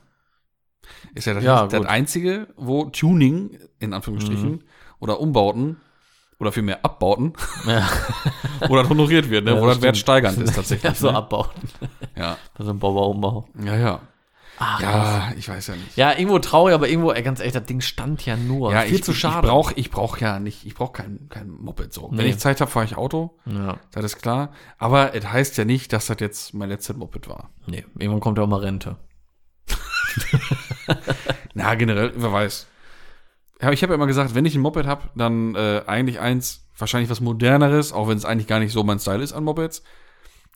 A: Ist ja das,
B: Ja,
A: das
B: gut. Mhm.
A: Einzige, wo Tuning, in Anführungsstrichen, oder Umbauten oder vielmehr Abbauten
B: Ja.
A: oder das honoriert wird, ne? <laughs>
B: Ja,
A: wo
B: das
A: das Wert
B: stimmt.
A: steigernd ist tatsächlich.
B: <laughs> Ja, so
A: ne?
B: abbauen.
A: ja.
B: Also ein Bauer-Umbau.
A: ja, ja.
B: Ach,
A: Ja, ich weiß ja nicht.
B: Ja, irgendwo traurig, aber irgendwo, ey, ganz ehrlich, das Ding stand ja nur.
A: Ja,
B: viel
A: ich,
B: zu schade.
A: Ich brauche ich brauch ja nicht, ich brauche kein, kein Moped so. Wenn
B: Nee.
A: ich Zeit habe, fahre ich Auto,
B: ja,
A: das ist klar. Aber es heißt ja nicht, dass das jetzt mein letztes Moped war.
B: nee, irgendwann kommt ja auch mal Rente.
A: Na, generell, wer weiß. Ja, ich habe ja immer gesagt, wenn ich ein Moped habe, dann äh, eigentlich eins, wahrscheinlich was moderneres, auch wenn es eigentlich gar nicht so mein Style ist an Mopeds.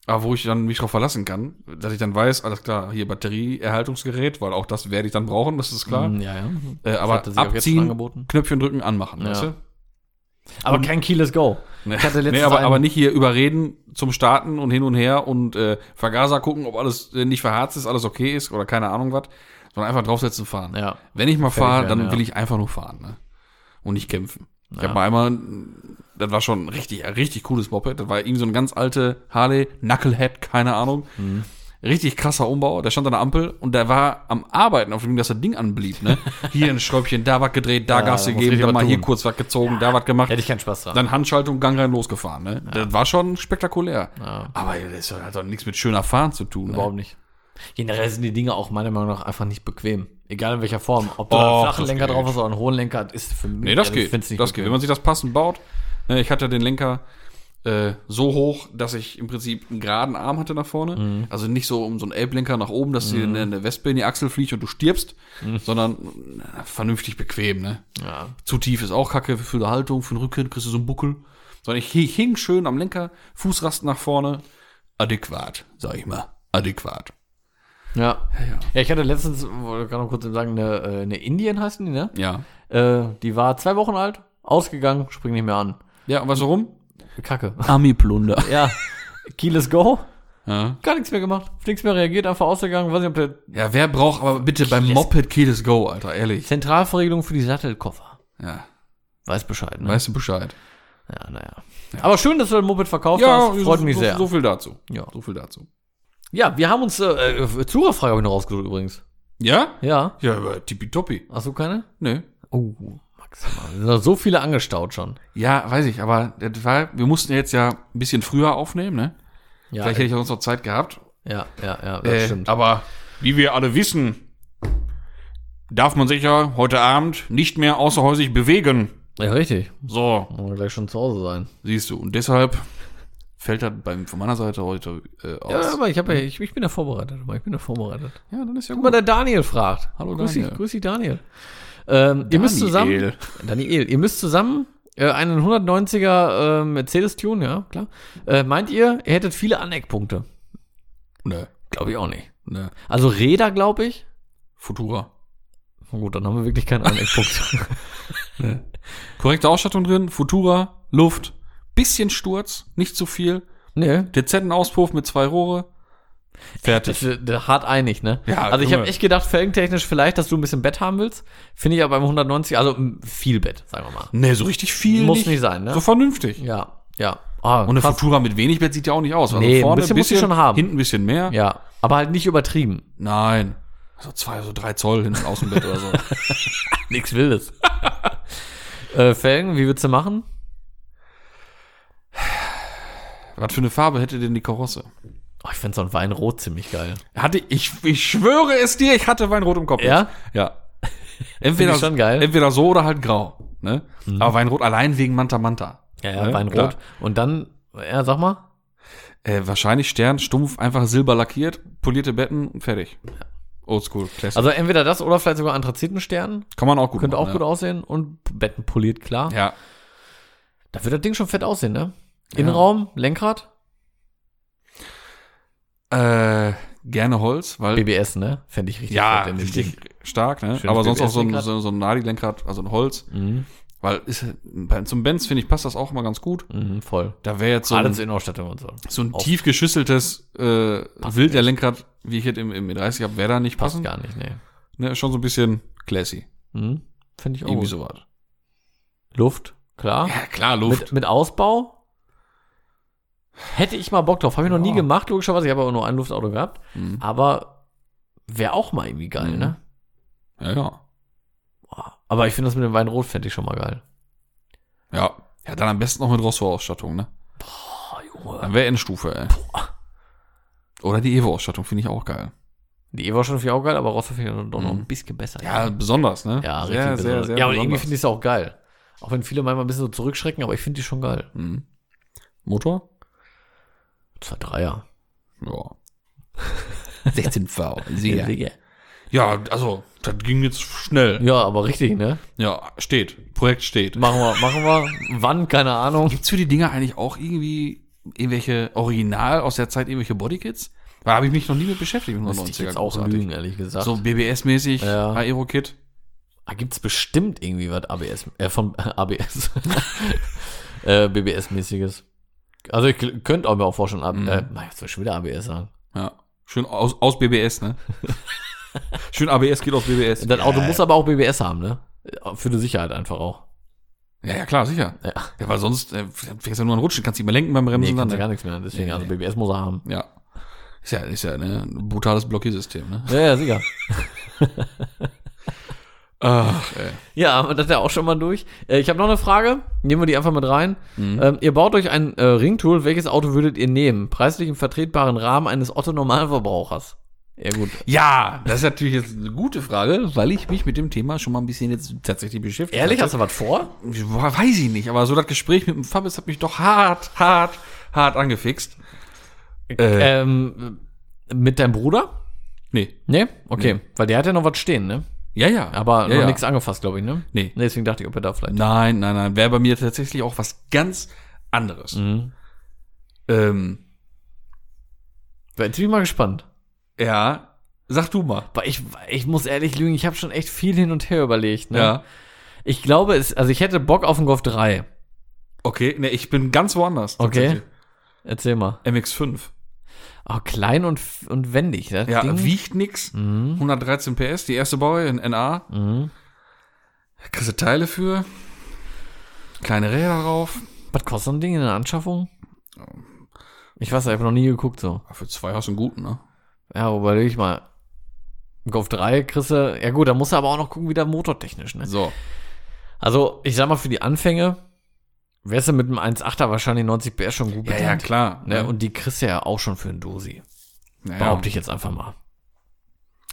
A: Aber wo ich dann mich drauf verlassen kann, dass ich dann weiß, alles klar, hier Batterieerhaltungsgerät, weil auch das werde ich dann brauchen, das ist klar.
B: Mm, Ja, ja.
A: Äh, aber
B: hat er sich auch jetzt schon
A: abziehen,
B: angeboten.
A: Knöpfchen drücken, anmachen,
B: Ja.
A: weißt du?
B: Aber kein Keyless Go. Ich hatte
A: <laughs>
B: letztens
A: nee, aber,
B: einen-
A: aber nicht hier überreden zum Starten und hin und her und äh, Vergaser gucken, ob alles äh, nicht verharzt ist, alles okay ist oder keine Ahnung was, sondern einfach draufsetzen fahren.
B: Ja.
A: Wenn ich mal fahre,
B: werden,
A: dann
B: ja.
A: will ich einfach nur fahren ne? und nicht kämpfen. Ich
B: Ja.
A: habe mal einmal, das war schon ein richtig, ein richtig cooles Moped. Das war irgendwie so eine ganz alte Harley, Knucklehead, keine Ahnung.
B: Mhm.
A: Richtig krasser Umbau. Der stand an der Ampel und der war am Arbeiten, auf dem, dass das Ding anblieb.
B: <laughs>
A: Ne? Hier ein Schräubchen, da was gedreht, da
B: Ja,
A: Gas
B: da muss
A: gegeben,
B: richtig
A: dann
B: was
A: mal hier
B: tun.
A: kurz was gezogen, da was gemacht.
B: Hätte ich keinen Spaß dran.
A: Dann Handschaltung, Gang rein, losgefahren. Ne? Das war schon spektakulär.
B: Ja.
A: Aber das hat doch nichts mit schöner Fahren zu tun.
B: Überhaupt
A: Ne?
B: nicht. Generell sind die Dinge auch meiner Meinung nach einfach nicht bequem. Egal in welcher Form. Ob da
A: Och,
B: einen flachen
A: das
B: Lenker
A: geht.
B: drauf ist oder einen hohen Lenker, ist für mich.
A: Nee, das
B: also ich
A: geht.
B: find's nicht
A: das geht. Wenn man sich das passend baut. Ne, Ich hatte den Lenker äh, so hoch, dass ich im Prinzip einen geraden Arm hatte nach vorne.
B: Mhm.
A: Also nicht so um so einen Elblenker nach oben, dass dir eine, eine Wespe in die Achsel fliegt und du stirbst, sondern na, vernünftig bequem. Ne?
B: Mhm. Ja.
A: Zu tief ist auch kacke für die Haltung, für den Rücken kriegst du so einen Buckel. Sondern ich hi- hing schön am Lenker, Fußrasten nach vorne. Adäquat, sag ich mal. Adäquat.
B: Ja.
A: Ja, ja.
B: ja, ich hatte letztens, wollte gerade noch kurz sagen, eine, äh, eine Indien heißen die, ne?
A: Ja.
B: Äh, die war zwei Wochen alt, ausgegangen, spring nicht mehr an.
A: Ja, und was warum?
B: Kacke. <laughs>
A: Ami-Plunder.
B: ja. Keyless Go,
A: Ja.
B: gar nichts mehr gemacht. Auf nichts mehr reagiert, einfach ausgegangen. Weiß nicht, ob der
A: ja, wer braucht aber bitte beim
B: Keyless-
A: Moped Keyless Go, Alter, ehrlich.
B: Zentralverriegelung für die Sattelkoffer.
A: Ja,
B: Weiß Bescheid, ne?
A: weißt du Bescheid.
B: Ja, naja. Aber schön, dass du dein Moped verkauft hast. Freut
A: so,
B: mich
A: so,
B: sehr.
A: So viel dazu.
B: Ja.
A: So viel dazu.
B: Ja, wir haben uns äh, äh, Zuhörerfrage habe ich noch rausgesucht übrigens.
A: Ja?
B: Ja.
A: Ja, aber tippitoppi.
B: Hast du keine?
A: Nee.
B: Oh, maximal. Es sind doch so viele angestaut schon.
A: Ja, weiß ich, aber das war, wir mussten jetzt ja ein bisschen früher aufnehmen, ne?
B: Ja,
A: Vielleicht hätte ich auch sonst noch Zeit gehabt.
B: ja, ja, ja, das
A: Äh,
B: stimmt.
A: aber wie wir alle wissen, darf man sich ja heute Abend nicht mehr außerhäusig bewegen.
B: Ja, richtig.
A: So,
B: Wollen wir gleich schon zu Hause sein.
A: siehst du. Und deshalb fällt das beim, von meiner Seite heute äh, aus.
B: Ja, aber ich, hab, ja- ich, ich bin da vorbereitet. aber Ich bin da vorbereitet.
A: Ja, dann ist ja
B: Guck mal, der Daniel fragt.
A: Hallo,
B: grüß
A: Daniel.
B: Dich, grüß dich, Daniel. Ähm, ihr müsst zusammen,
A: Daniel.
B: Daniel, ihr müsst zusammen Äh, einen 190er äh, Mercedes-Tune, ja, klar. Äh, meint ihr, ihr hättet viele Aneckpunkte?
A: Ne,
B: Glaube ich auch nicht.
A: ne.
B: Also Räder, glaube ich.
A: Futura.
B: Na Gut, dann haben wir wirklich keinen Aneckpunkt. <laughs>
A: Korrekte Ausstattung drin, Futura, Luft, bisschen Sturz, nicht zu viel,
B: nee.
A: dezenten Auspuff mit zwei Rohre.
B: Das
A: Fertig.
B: ist äh, hart einig, ne?
A: Ja,
B: also ich habe
A: Junge.
B: echt gedacht, felgentechnisch vielleicht, dass du ein bisschen Bett haben willst. Finde ich aber beim 190, also mm, viel Bett, sagen wir mal.
A: Ne, so richtig viel
B: Muss nicht sein, ne?
A: So vernünftig.
B: Ja, ja. Ah,
A: Und eine
B: krass.
A: Futura mit wenig Bett sieht ja auch nicht aus. Also
B: Nee, ein bisschen muss sie schon haben.
A: Hinten ein bisschen mehr.
B: Ja, aber halt nicht übertrieben.
A: Nein. So zwei, so drei Zoll hinten Außenbett oder
B: <laughs>
A: so.
B: Nichts Wildes. <laughs> äh, Felgen, wie würdest du machen?
A: Was für eine Farbe hätte denn die Karosse?
B: Oh, ich finde so ein Weinrot ziemlich geil.
A: Hatte ich, ich schwöre es dir, ich hatte Weinrot im Kopf.
B: Ja?
A: Ja.
B: Finde
A: Entweder,
B: ich schon geil. Mhm.
A: entweder so oder halt grau. Ne? Aber Weinrot allein wegen Manta Manta.
B: Ja, ja,
A: ne?
B: Weinrot.
A: Klar.
B: Und dann, ja, sag mal.
A: Äh, wahrscheinlich Stern, stumpf, einfach silber lackiert, polierte Betten und fertig. Oldschool, Classic.
B: Also entweder das oder vielleicht sogar Anthrazitenstern.
A: Kann man auch gut
B: Könnte auch
A: machen,
B: gut aussehen. Und Betten poliert, klar.
A: ja.
B: Da wird das Ding schon fett aussehen, ne? Innenraum, Lenkrad,
A: Ja. Äh, gerne Holz, weil
B: BBS, ne? Fände ich richtig
A: ja,
B: fett in dem
A: richtig
B: Ding.
A: stark, ne?
B: Schönes
A: Aber sonst auch
B: BBS
A: so ein,
B: Lenkrad.
A: so, so ein Nadi-Lenkrad, also ein Holz.
B: Mhm.
A: Weil ist, bei, zum Benz, finde ich, passt das auch immer ganz gut.
B: Mhm, voll.
A: Da wäre jetzt so ein,
B: Alles in Ausstattung und so.
A: so ein
B: Auf-
A: tief geschüsseltes äh, Wildlerlenkrad, wie ich jetzt im, im 30 habe, wäre da nicht
B: Passt
A: passend.
B: gar nicht, ne?
A: Ne, schon so ein bisschen classy.
B: Mhm. Finde ich auch.
A: Irgendwie
B: Gut.
A: sowas.
B: Luft, klar.
A: Ja, klar,
B: Mit, mit Ausbau hätte ich mal Bock drauf. Habe ich noch nie
A: Ja.
B: gemacht, logischerweise. Ich habe aber nur ein Luftauto gehabt.
A: Mhm.
B: Aber wäre auch mal irgendwie geil,
A: Mhm.
B: ne?
A: Ja, ja.
B: Boah. Aber ich finde das mit dem Weinrot fände ich schon mal geil.
A: Ja. Ja, dann am besten noch mit Rosso-Ausstattung, ne?
B: Boah, Junge.
A: Dann wäre Endstufe, ey. Oder die Evo-Ausstattung finde ich auch geil.
B: Die Eva schon finde ich auch geil, aber Rosso finde ich dann doch noch
A: Mhm.
B: ein bisschen besser.
A: Ja, besonders, ne?
B: ja richtig.
A: sehr, sehr,
B: besonders.
A: sehr
B: ja, aber irgendwie
A: besonders.
B: finde ich es auch geil. Auch wenn viele manchmal ein bisschen so zurückschrecken, aber ich finde die schon geil.
A: Mhm. Motor?
B: Zwei Dreier. <laughs>
A: Ja. 16 V. Sehr.
B: Ja.
A: Ja, also, das ging jetzt schnell.
B: ja, aber richtig, ne?
A: Ja, steht. Projekt steht.
B: Machen wir, machen wir. Wann, keine Ahnung.
A: Gibt's für die Dinger eigentlich auch irgendwie irgendwelche Original aus der Zeit irgendwelche Bodykits? Weil habe ich mich noch nie mit beschäftigt mit
B: Müsste ich
A: 90er
B: jetzt auch
A: großartig.
B: lügen, ehrlich gesagt.
A: So BBS-mäßig,
B: Ja.
A: Aero-Kit.
B: Ah, gibt's bestimmt irgendwie was ABS, äh, von <laughs> ABS, äh, BBS-mäßiges. Also ich gl- könnte auch mir auch vorstellen, AB,
A: Mhm.
B: äh, na, jetzt soll ich schon wieder ABS sagen.
A: Ja. Schön aus, aus BBS, <laughs> ne? Schön ABS geht aus BBS.
B: Das Auto muss aber auch BBS haben, ne? Für die Sicherheit einfach auch.
A: Ja, ja, klar, sicher.
B: Ja.
A: Ja, weil sonst äh, fängst du ja nur an Rutschen, kannst nicht mehr lenken beim
B: Nee,
A: Bremsen.
B: kannst
A: dann,
B: du gar
A: ne?
B: nichts mehr. Deswegen,
A: Nee,
B: also
A: nee.
B: BBS muss er haben.
A: Ja. Ist ja, ist ja ne, ein brutales Blockiersystem, ne?
B: Ja, ja, sicher.
A: Ach, ey.
B: Ja, aber das ist ja auch schon mal durch. Äh, Ich habe noch eine Frage. Nehmen wir die einfach mit rein.
A: Mhm.
B: Ähm, ihr baut euch ein äh, Ringtool. Welches Auto würdet ihr nehmen? Preislich im vertretbaren Rahmen eines Otto-Normalverbrauchers. Ja, gut.
A: Ja, das ist natürlich jetzt eine gute Frage, weil ich mich mit dem Thema schon mal ein bisschen jetzt tatsächlich beschäftigt
B: Ehrlich,
A: hatte.
B: hast du was vor?
A: Boah, weiß ich nicht, aber so das Gespräch mit dem Fabius hat mich doch hart, hart, hart angefixt. Äh,
B: Ähm, mit deinem Bruder?
A: nee.
B: Nee? Okay. Weil der hat ja noch was stehen, ne?
A: Ja, ja.
B: Aber
A: ja,
B: noch
A: ja.
B: nichts angefasst, glaube ich, ne?
A: Nee.
B: nee. Deswegen dachte ich, ob er da vielleicht.
A: Nein, nein, nein. Wäre bei mir tatsächlich auch was ganz anderes.
B: Mhm.
A: Ähm,
B: Jetzt bin ich mal gespannt.
A: ja. Sag du mal.
B: Weil ich, ich muss ehrlich lügen, ich habe schon echt viel hin und her überlegt, ne?
A: Ja.
B: Ich glaube, es, also ich hätte Bock auf einen Golf 3.
A: Okay, nee, ich bin ganz woanders.
B: Okay.
A: tatsächlich.
B: Erzähl mal.
A: MX5.
B: Oh, klein und, und wendig, das
A: Ja,
B: Ding.
A: wiegt nix.
B: Mhm.
A: 113 PS, die erste Baureihe in NA.
B: Mhm.
A: Kriegst du Teile für. Kleine Räder drauf.
B: Was kostet so ein Ding in der Anschaffung?
A: Ähm.
B: Ich weiß, ich habe noch nie geguckt so.
A: Für zwei hast du einen guten, ne?
B: Ja, überlege ich mal. Golf 3 kriegst du, ja gut, da musst du aber auch noch gucken, wie der motortechnisch, ne?
A: So.
B: Also, ich sag mal, für die Anfänge wärst du mit einem 1.8er wahrscheinlich 90 PS schon gut
A: Ja, ja, klar.
B: Ne? Und die kriegst du ja auch schon für einen Dosi.
A: naja.
B: Behaupte ich jetzt einfach mal.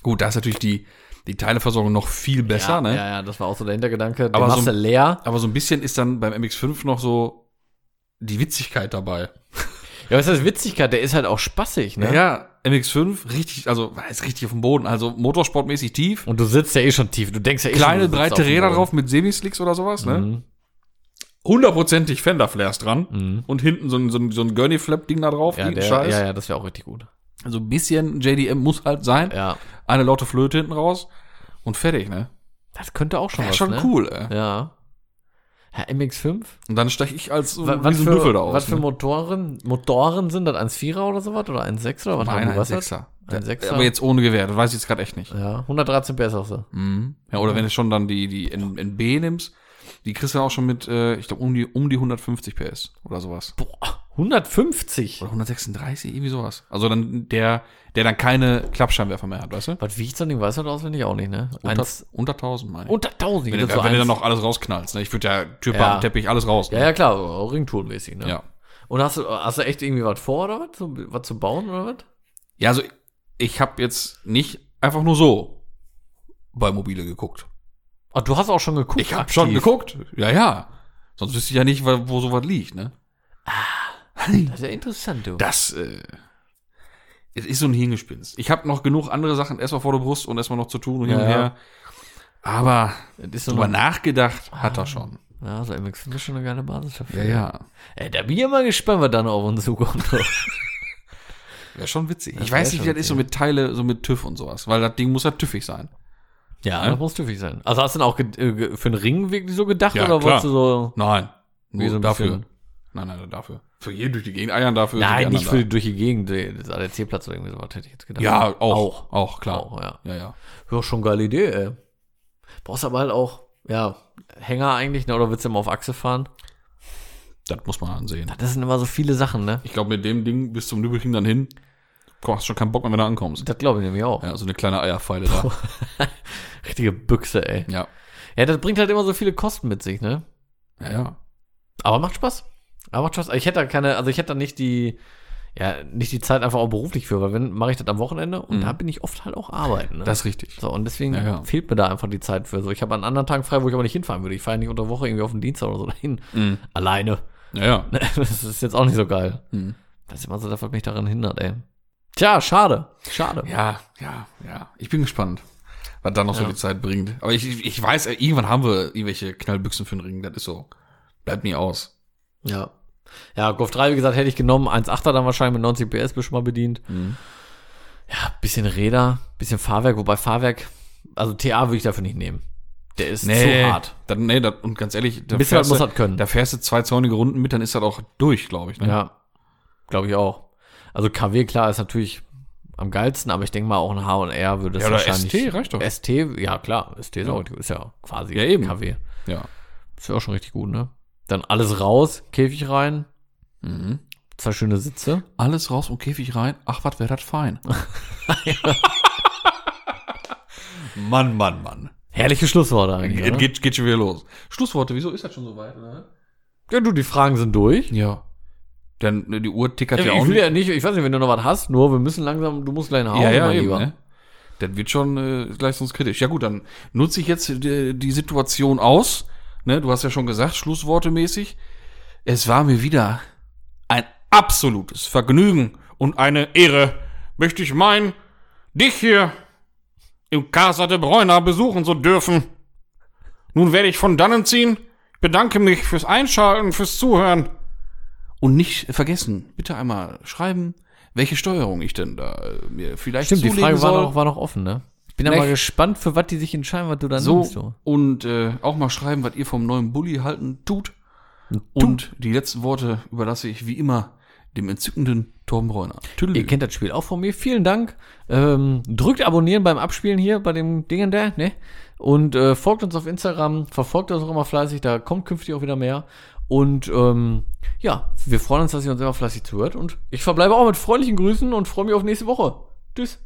A: Gut, da ist natürlich die, die Teileversorgung noch viel besser,
B: ja,
A: ne?
B: ja, ja, das war auch so der Hintergedanke. Den
A: Aber
B: machst
A: so-
B: du leer.
A: Aber so ein bisschen ist dann beim MX5 noch so die Witzigkeit dabei.
B: Ja, was ist das Witzigkeit? Der ist halt auch spaßig, ne?
A: Ja, MX5, richtig, also ist richtig auf dem Boden, also motorsportmäßig tief.
B: Und du sitzt ja eh schon tief. Du denkst ja eh
A: Kleine,
B: schon, du sitzt auf Mhm.
A: breite
B: dem
A: Räder
B: Boden.
A: drauf mit Semislicks oder sowas, ne?
B: Mhm.
A: hundertprozentig Fenderflares dran und hinten so ein, so ein, so ein Gurney-Flap-Ding da drauf,
B: Ja,
A: irgendein
B: der,
A: Scheiß.
B: ja, ja, das wäre auch richtig gut.
A: Also ein bisschen JDM muss halt sein.
B: Ja.
A: Eine laute Flöte hinten raus und fertig, ne?
B: Das könnte auch schon
A: Ja,
B: was,
A: schon
B: ne?
A: cool, ey.
B: Ja. Ja, MX5?
A: Und dann steche ich als so
B: Wa- was
A: riesen
B: für,
A: Büffel da aus.
B: was für
A: ne?
B: Motoren, Motoren sind das? 1,4er oder sowas? Oder 1,6 oder was
A: Nein, ein
B: was
A: Sechser.
B: Ein Sechser?
A: Aber jetzt ohne Gewehr, das weiß ich jetzt gerade echt nicht.
B: Ja, 113 PS auch so.
A: Mhm. Ja, oder wenn du schon dann die, die N- NB nimmst, die kriegst du dann auch schon mit, äh, ich glaube, um die, um die 150 PS oder sowas.
B: Boah, 150?
A: Oder 136, irgendwie sowas. Also dann der, der dann keine Klappscheinwerfer mehr hat, weißt du?
B: Was wiegt so ein Ding? Weiß man auswendig auch nicht, ne?
A: Unter,
B: Eins,
A: unter 1000, meine ich.
B: unter 1000.
A: wenn
B: ich
A: du,
B: glaub so
A: wenn du dann
B: eins-
A: noch alles rausknallst, ne? Ich würde ja Türpappen,
B: Ja.
A: Teppich, alles raus.
B: Ja,
A: ne?
B: ja, klar, so Ringtourmäßig, ne?
A: ja.
B: Und hast du, hast du echt irgendwie was vor oder was? So, was zu bauen oder was?
A: Ja, also ich habe jetzt nicht einfach nur so bei Mobile geguckt.
B: Ach, Ah, du hast auch schon geguckt.
A: Ich habe schon
B: aktiv.
A: geguckt. Ja, ja. Sonst wüsste ich ja nicht, wo, wo sowas liegt, ne?
B: Das ist ja interessant, du.
A: Das äh, es ist so ein Hingespinst. Ich habe noch genug andere Sachen erstmal vor der Brust und erstmal noch zu tun und hin und
B: Ja, Genau. ja.
A: her. Aber
B: Das ist so
A: drüber
B: eine-
A: nachgedacht hat er schon.
B: Ja, so MX5 ist schon eine geile Basis dafür.
A: Ja, ja.
B: Ey, da bin ich ja mal gespannt, was dann auf
A: <laughs>
B: uns zukommt.
A: Wäre schon witzig. Ich
B: wär
A: weiß nicht, wie
B: schon
A: das ist so mit Teile, so mit TÜV und sowas, weil das Ding muss ja TÜVig sein.
B: ja,
A: Ne?
B: das muss tüffig sein. Also hast du dann auch ge- äh, ge- für einen Ring wirklich so gedacht
A: Ja,
B: oder
A: klar.
B: wolltest du so.
A: Nein.
B: Wie
A: Nur
B: so ein
A: dafür.
B: bisschen-
A: Nein, nein, dafür. Für jeden durch die Gegend eiern dafür. sind die
B: Nein,
A: anderen
B: nicht für
A: da.
B: durch die Gegend, äh, das ADC-Platz oder irgendwie sowas, hätte ich jetzt gedacht.
A: Ja, auch.
B: Auch.
A: Auch, klar.
B: Auch, ja.
A: ja, ja.
B: Ja, schon geile Idee, ey. Brauchst aber halt auch, ja, Hänger eigentlich, ne? Oder willst du immer auf Achse fahren?
A: Das muss man ansehen.
B: Das sind immer so viele Sachen, ne?
A: Ich glaube, mit dem Ding bis zum Nübelchen dann hin, komm, hast schon keinen Bock mehr, wenn du
B: <laughs>
A: ankommst.
B: Das glaube ich nämlich auch.
A: Ja, so eine kleine Eierpfeile da.
B: Richtige Büchse, ey.
A: Ja.
B: Ja, das bringt halt immer so viele Kosten mit sich, ne?
A: Ja, ja.
B: Aber macht Spaß. Aber macht Spaß. Ich hätte da keine, also ich hätte da nicht die, ja, nicht die Zeit einfach auch beruflich für, weil wenn, mache ich das am Wochenende und
A: Mhm.
B: da bin ich oft halt auch arbeiten. Ne?
A: Das ist richtig.
B: so, und deswegen
A: Ja, ja.
B: fehlt mir da einfach die Zeit für. So, ich habe an anderen Tagen frei, wo ich aber nicht hinfahren würde. Ich fahre ja nicht unter der Woche irgendwie auf den Dienstag oder so dahin.
A: Mhm.
B: Alleine. <laughs>
A: Ja, ja.
B: Das ist jetzt auch nicht so geil.
A: Mhm.
B: Das ist immer so, das, was mich daran hindert, ey. Tja, schade. Schade.
A: Ja, ja, ja. Ich bin gespannt, was da noch so
B: Ja.
A: die Zeit bringt. Aber ich, ich ich weiß, ey, irgendwann haben wir irgendwelche Knallbüchsen für den Ring. Das ist so. Bleibt nie aus.
B: Ja. Ja, Golf 3, wie gesagt, hätte ich genommen. 1.8er dann wahrscheinlich mit 90 PS bist du schon mal bedient.
A: Mhm.
B: Ja, bisschen Räder, bisschen Fahrwerk, wobei Fahrwerk, also TA würde ich dafür nicht nehmen. Der ist zu hart.
A: Dann, nee, das- und ganz ehrlich, da
B: Ein bisschen was
A: fährst,
B: muss
A: du,
B: das können.
A: da fährst du zwei zornige Runden mit, dann ist das auch durch, glaube ich. Ne?
B: Ja, glaube ich auch. Also KW, klar, ist natürlich am geilsten, aber ich denke mal auch ein H&R würde es
A: Ja, oder
B: wahrscheinlich...
A: ST reicht doch.
B: ST, ja klar, ST ist,
A: Ja.
B: Auch, ist ja quasi
A: Ja, eben.
B: KW.
A: ja.
B: Ist ja auch schon richtig gut, ne? Dann alles raus, Käfig rein,
A: Mhm.
B: zwei schöne Sitze.
A: Alles raus und Käfig rein. Ach, was wäre das
B: <laughs>
A: fein. Mann, Mann, Mann.
B: Herrliche Schlussworte eigentlich,
A: Geht,
B: oder?
A: geht, geht schon wieder los. Schlussworte, wieso ist das schon so weit? ne? Oder?
B: Ja, du, die Fragen sind durch.
A: Ja. Denn ne, die Uhr tickert ja,
B: ich
A: auch
B: will
A: nicht.
B: ja nicht, ich weiß nicht, wenn du noch was hast, nur wir müssen langsam, du musst gleich nach Hause, mein Lieber.
A: ne? Dann wird schon äh, gleich sonst kritisch. Ja gut, dann nutze ich jetzt die, die Situation aus. Ne, du hast ja schon gesagt, schlusswortemäßig. Es war mir wieder ein absolutes Vergnügen und eine Ehre, möchte ich meinen, dich hier im Casa de Bräuner besuchen zu dürfen. Nun werde ich von dannen ziehen. Bedanke mich fürs Einschalten, fürs Zuhören. Und nicht vergessen, bitte einmal schreiben, welche Steuerung ich denn da äh, mir vielleicht
B: Stimmt, die
A: zulegen
B: Frage war
A: soll.
B: noch, war noch offen, ne? Ich bin
A: Vielleicht-
B: aber gespannt, für was die sich entscheiden, was du dann nimmst.
A: so
B: Du.
A: und äh, auch mal schreiben, was ihr vom neuen Bulli halten tut. Und die letzten Worte überlasse ich wie immer dem entzückenden Torben Bräuner. Tüdelü.
B: Ihr kennt das Spiel auch von mir. Vielen Dank. Ähm, drückt abonnieren beim Abspielen hier, bei dem Dingen da, ne? Und äh, folgt uns auf Instagram, verfolgt uns auch immer fleißig, da kommt künftig auch wieder mehr. Und ähm, ja, wir freuen uns, dass ihr uns immer fleißig zuhört. Und ich verbleibe auch mit freundlichen Grüßen und freue mich auf nächste Woche. Tschüss.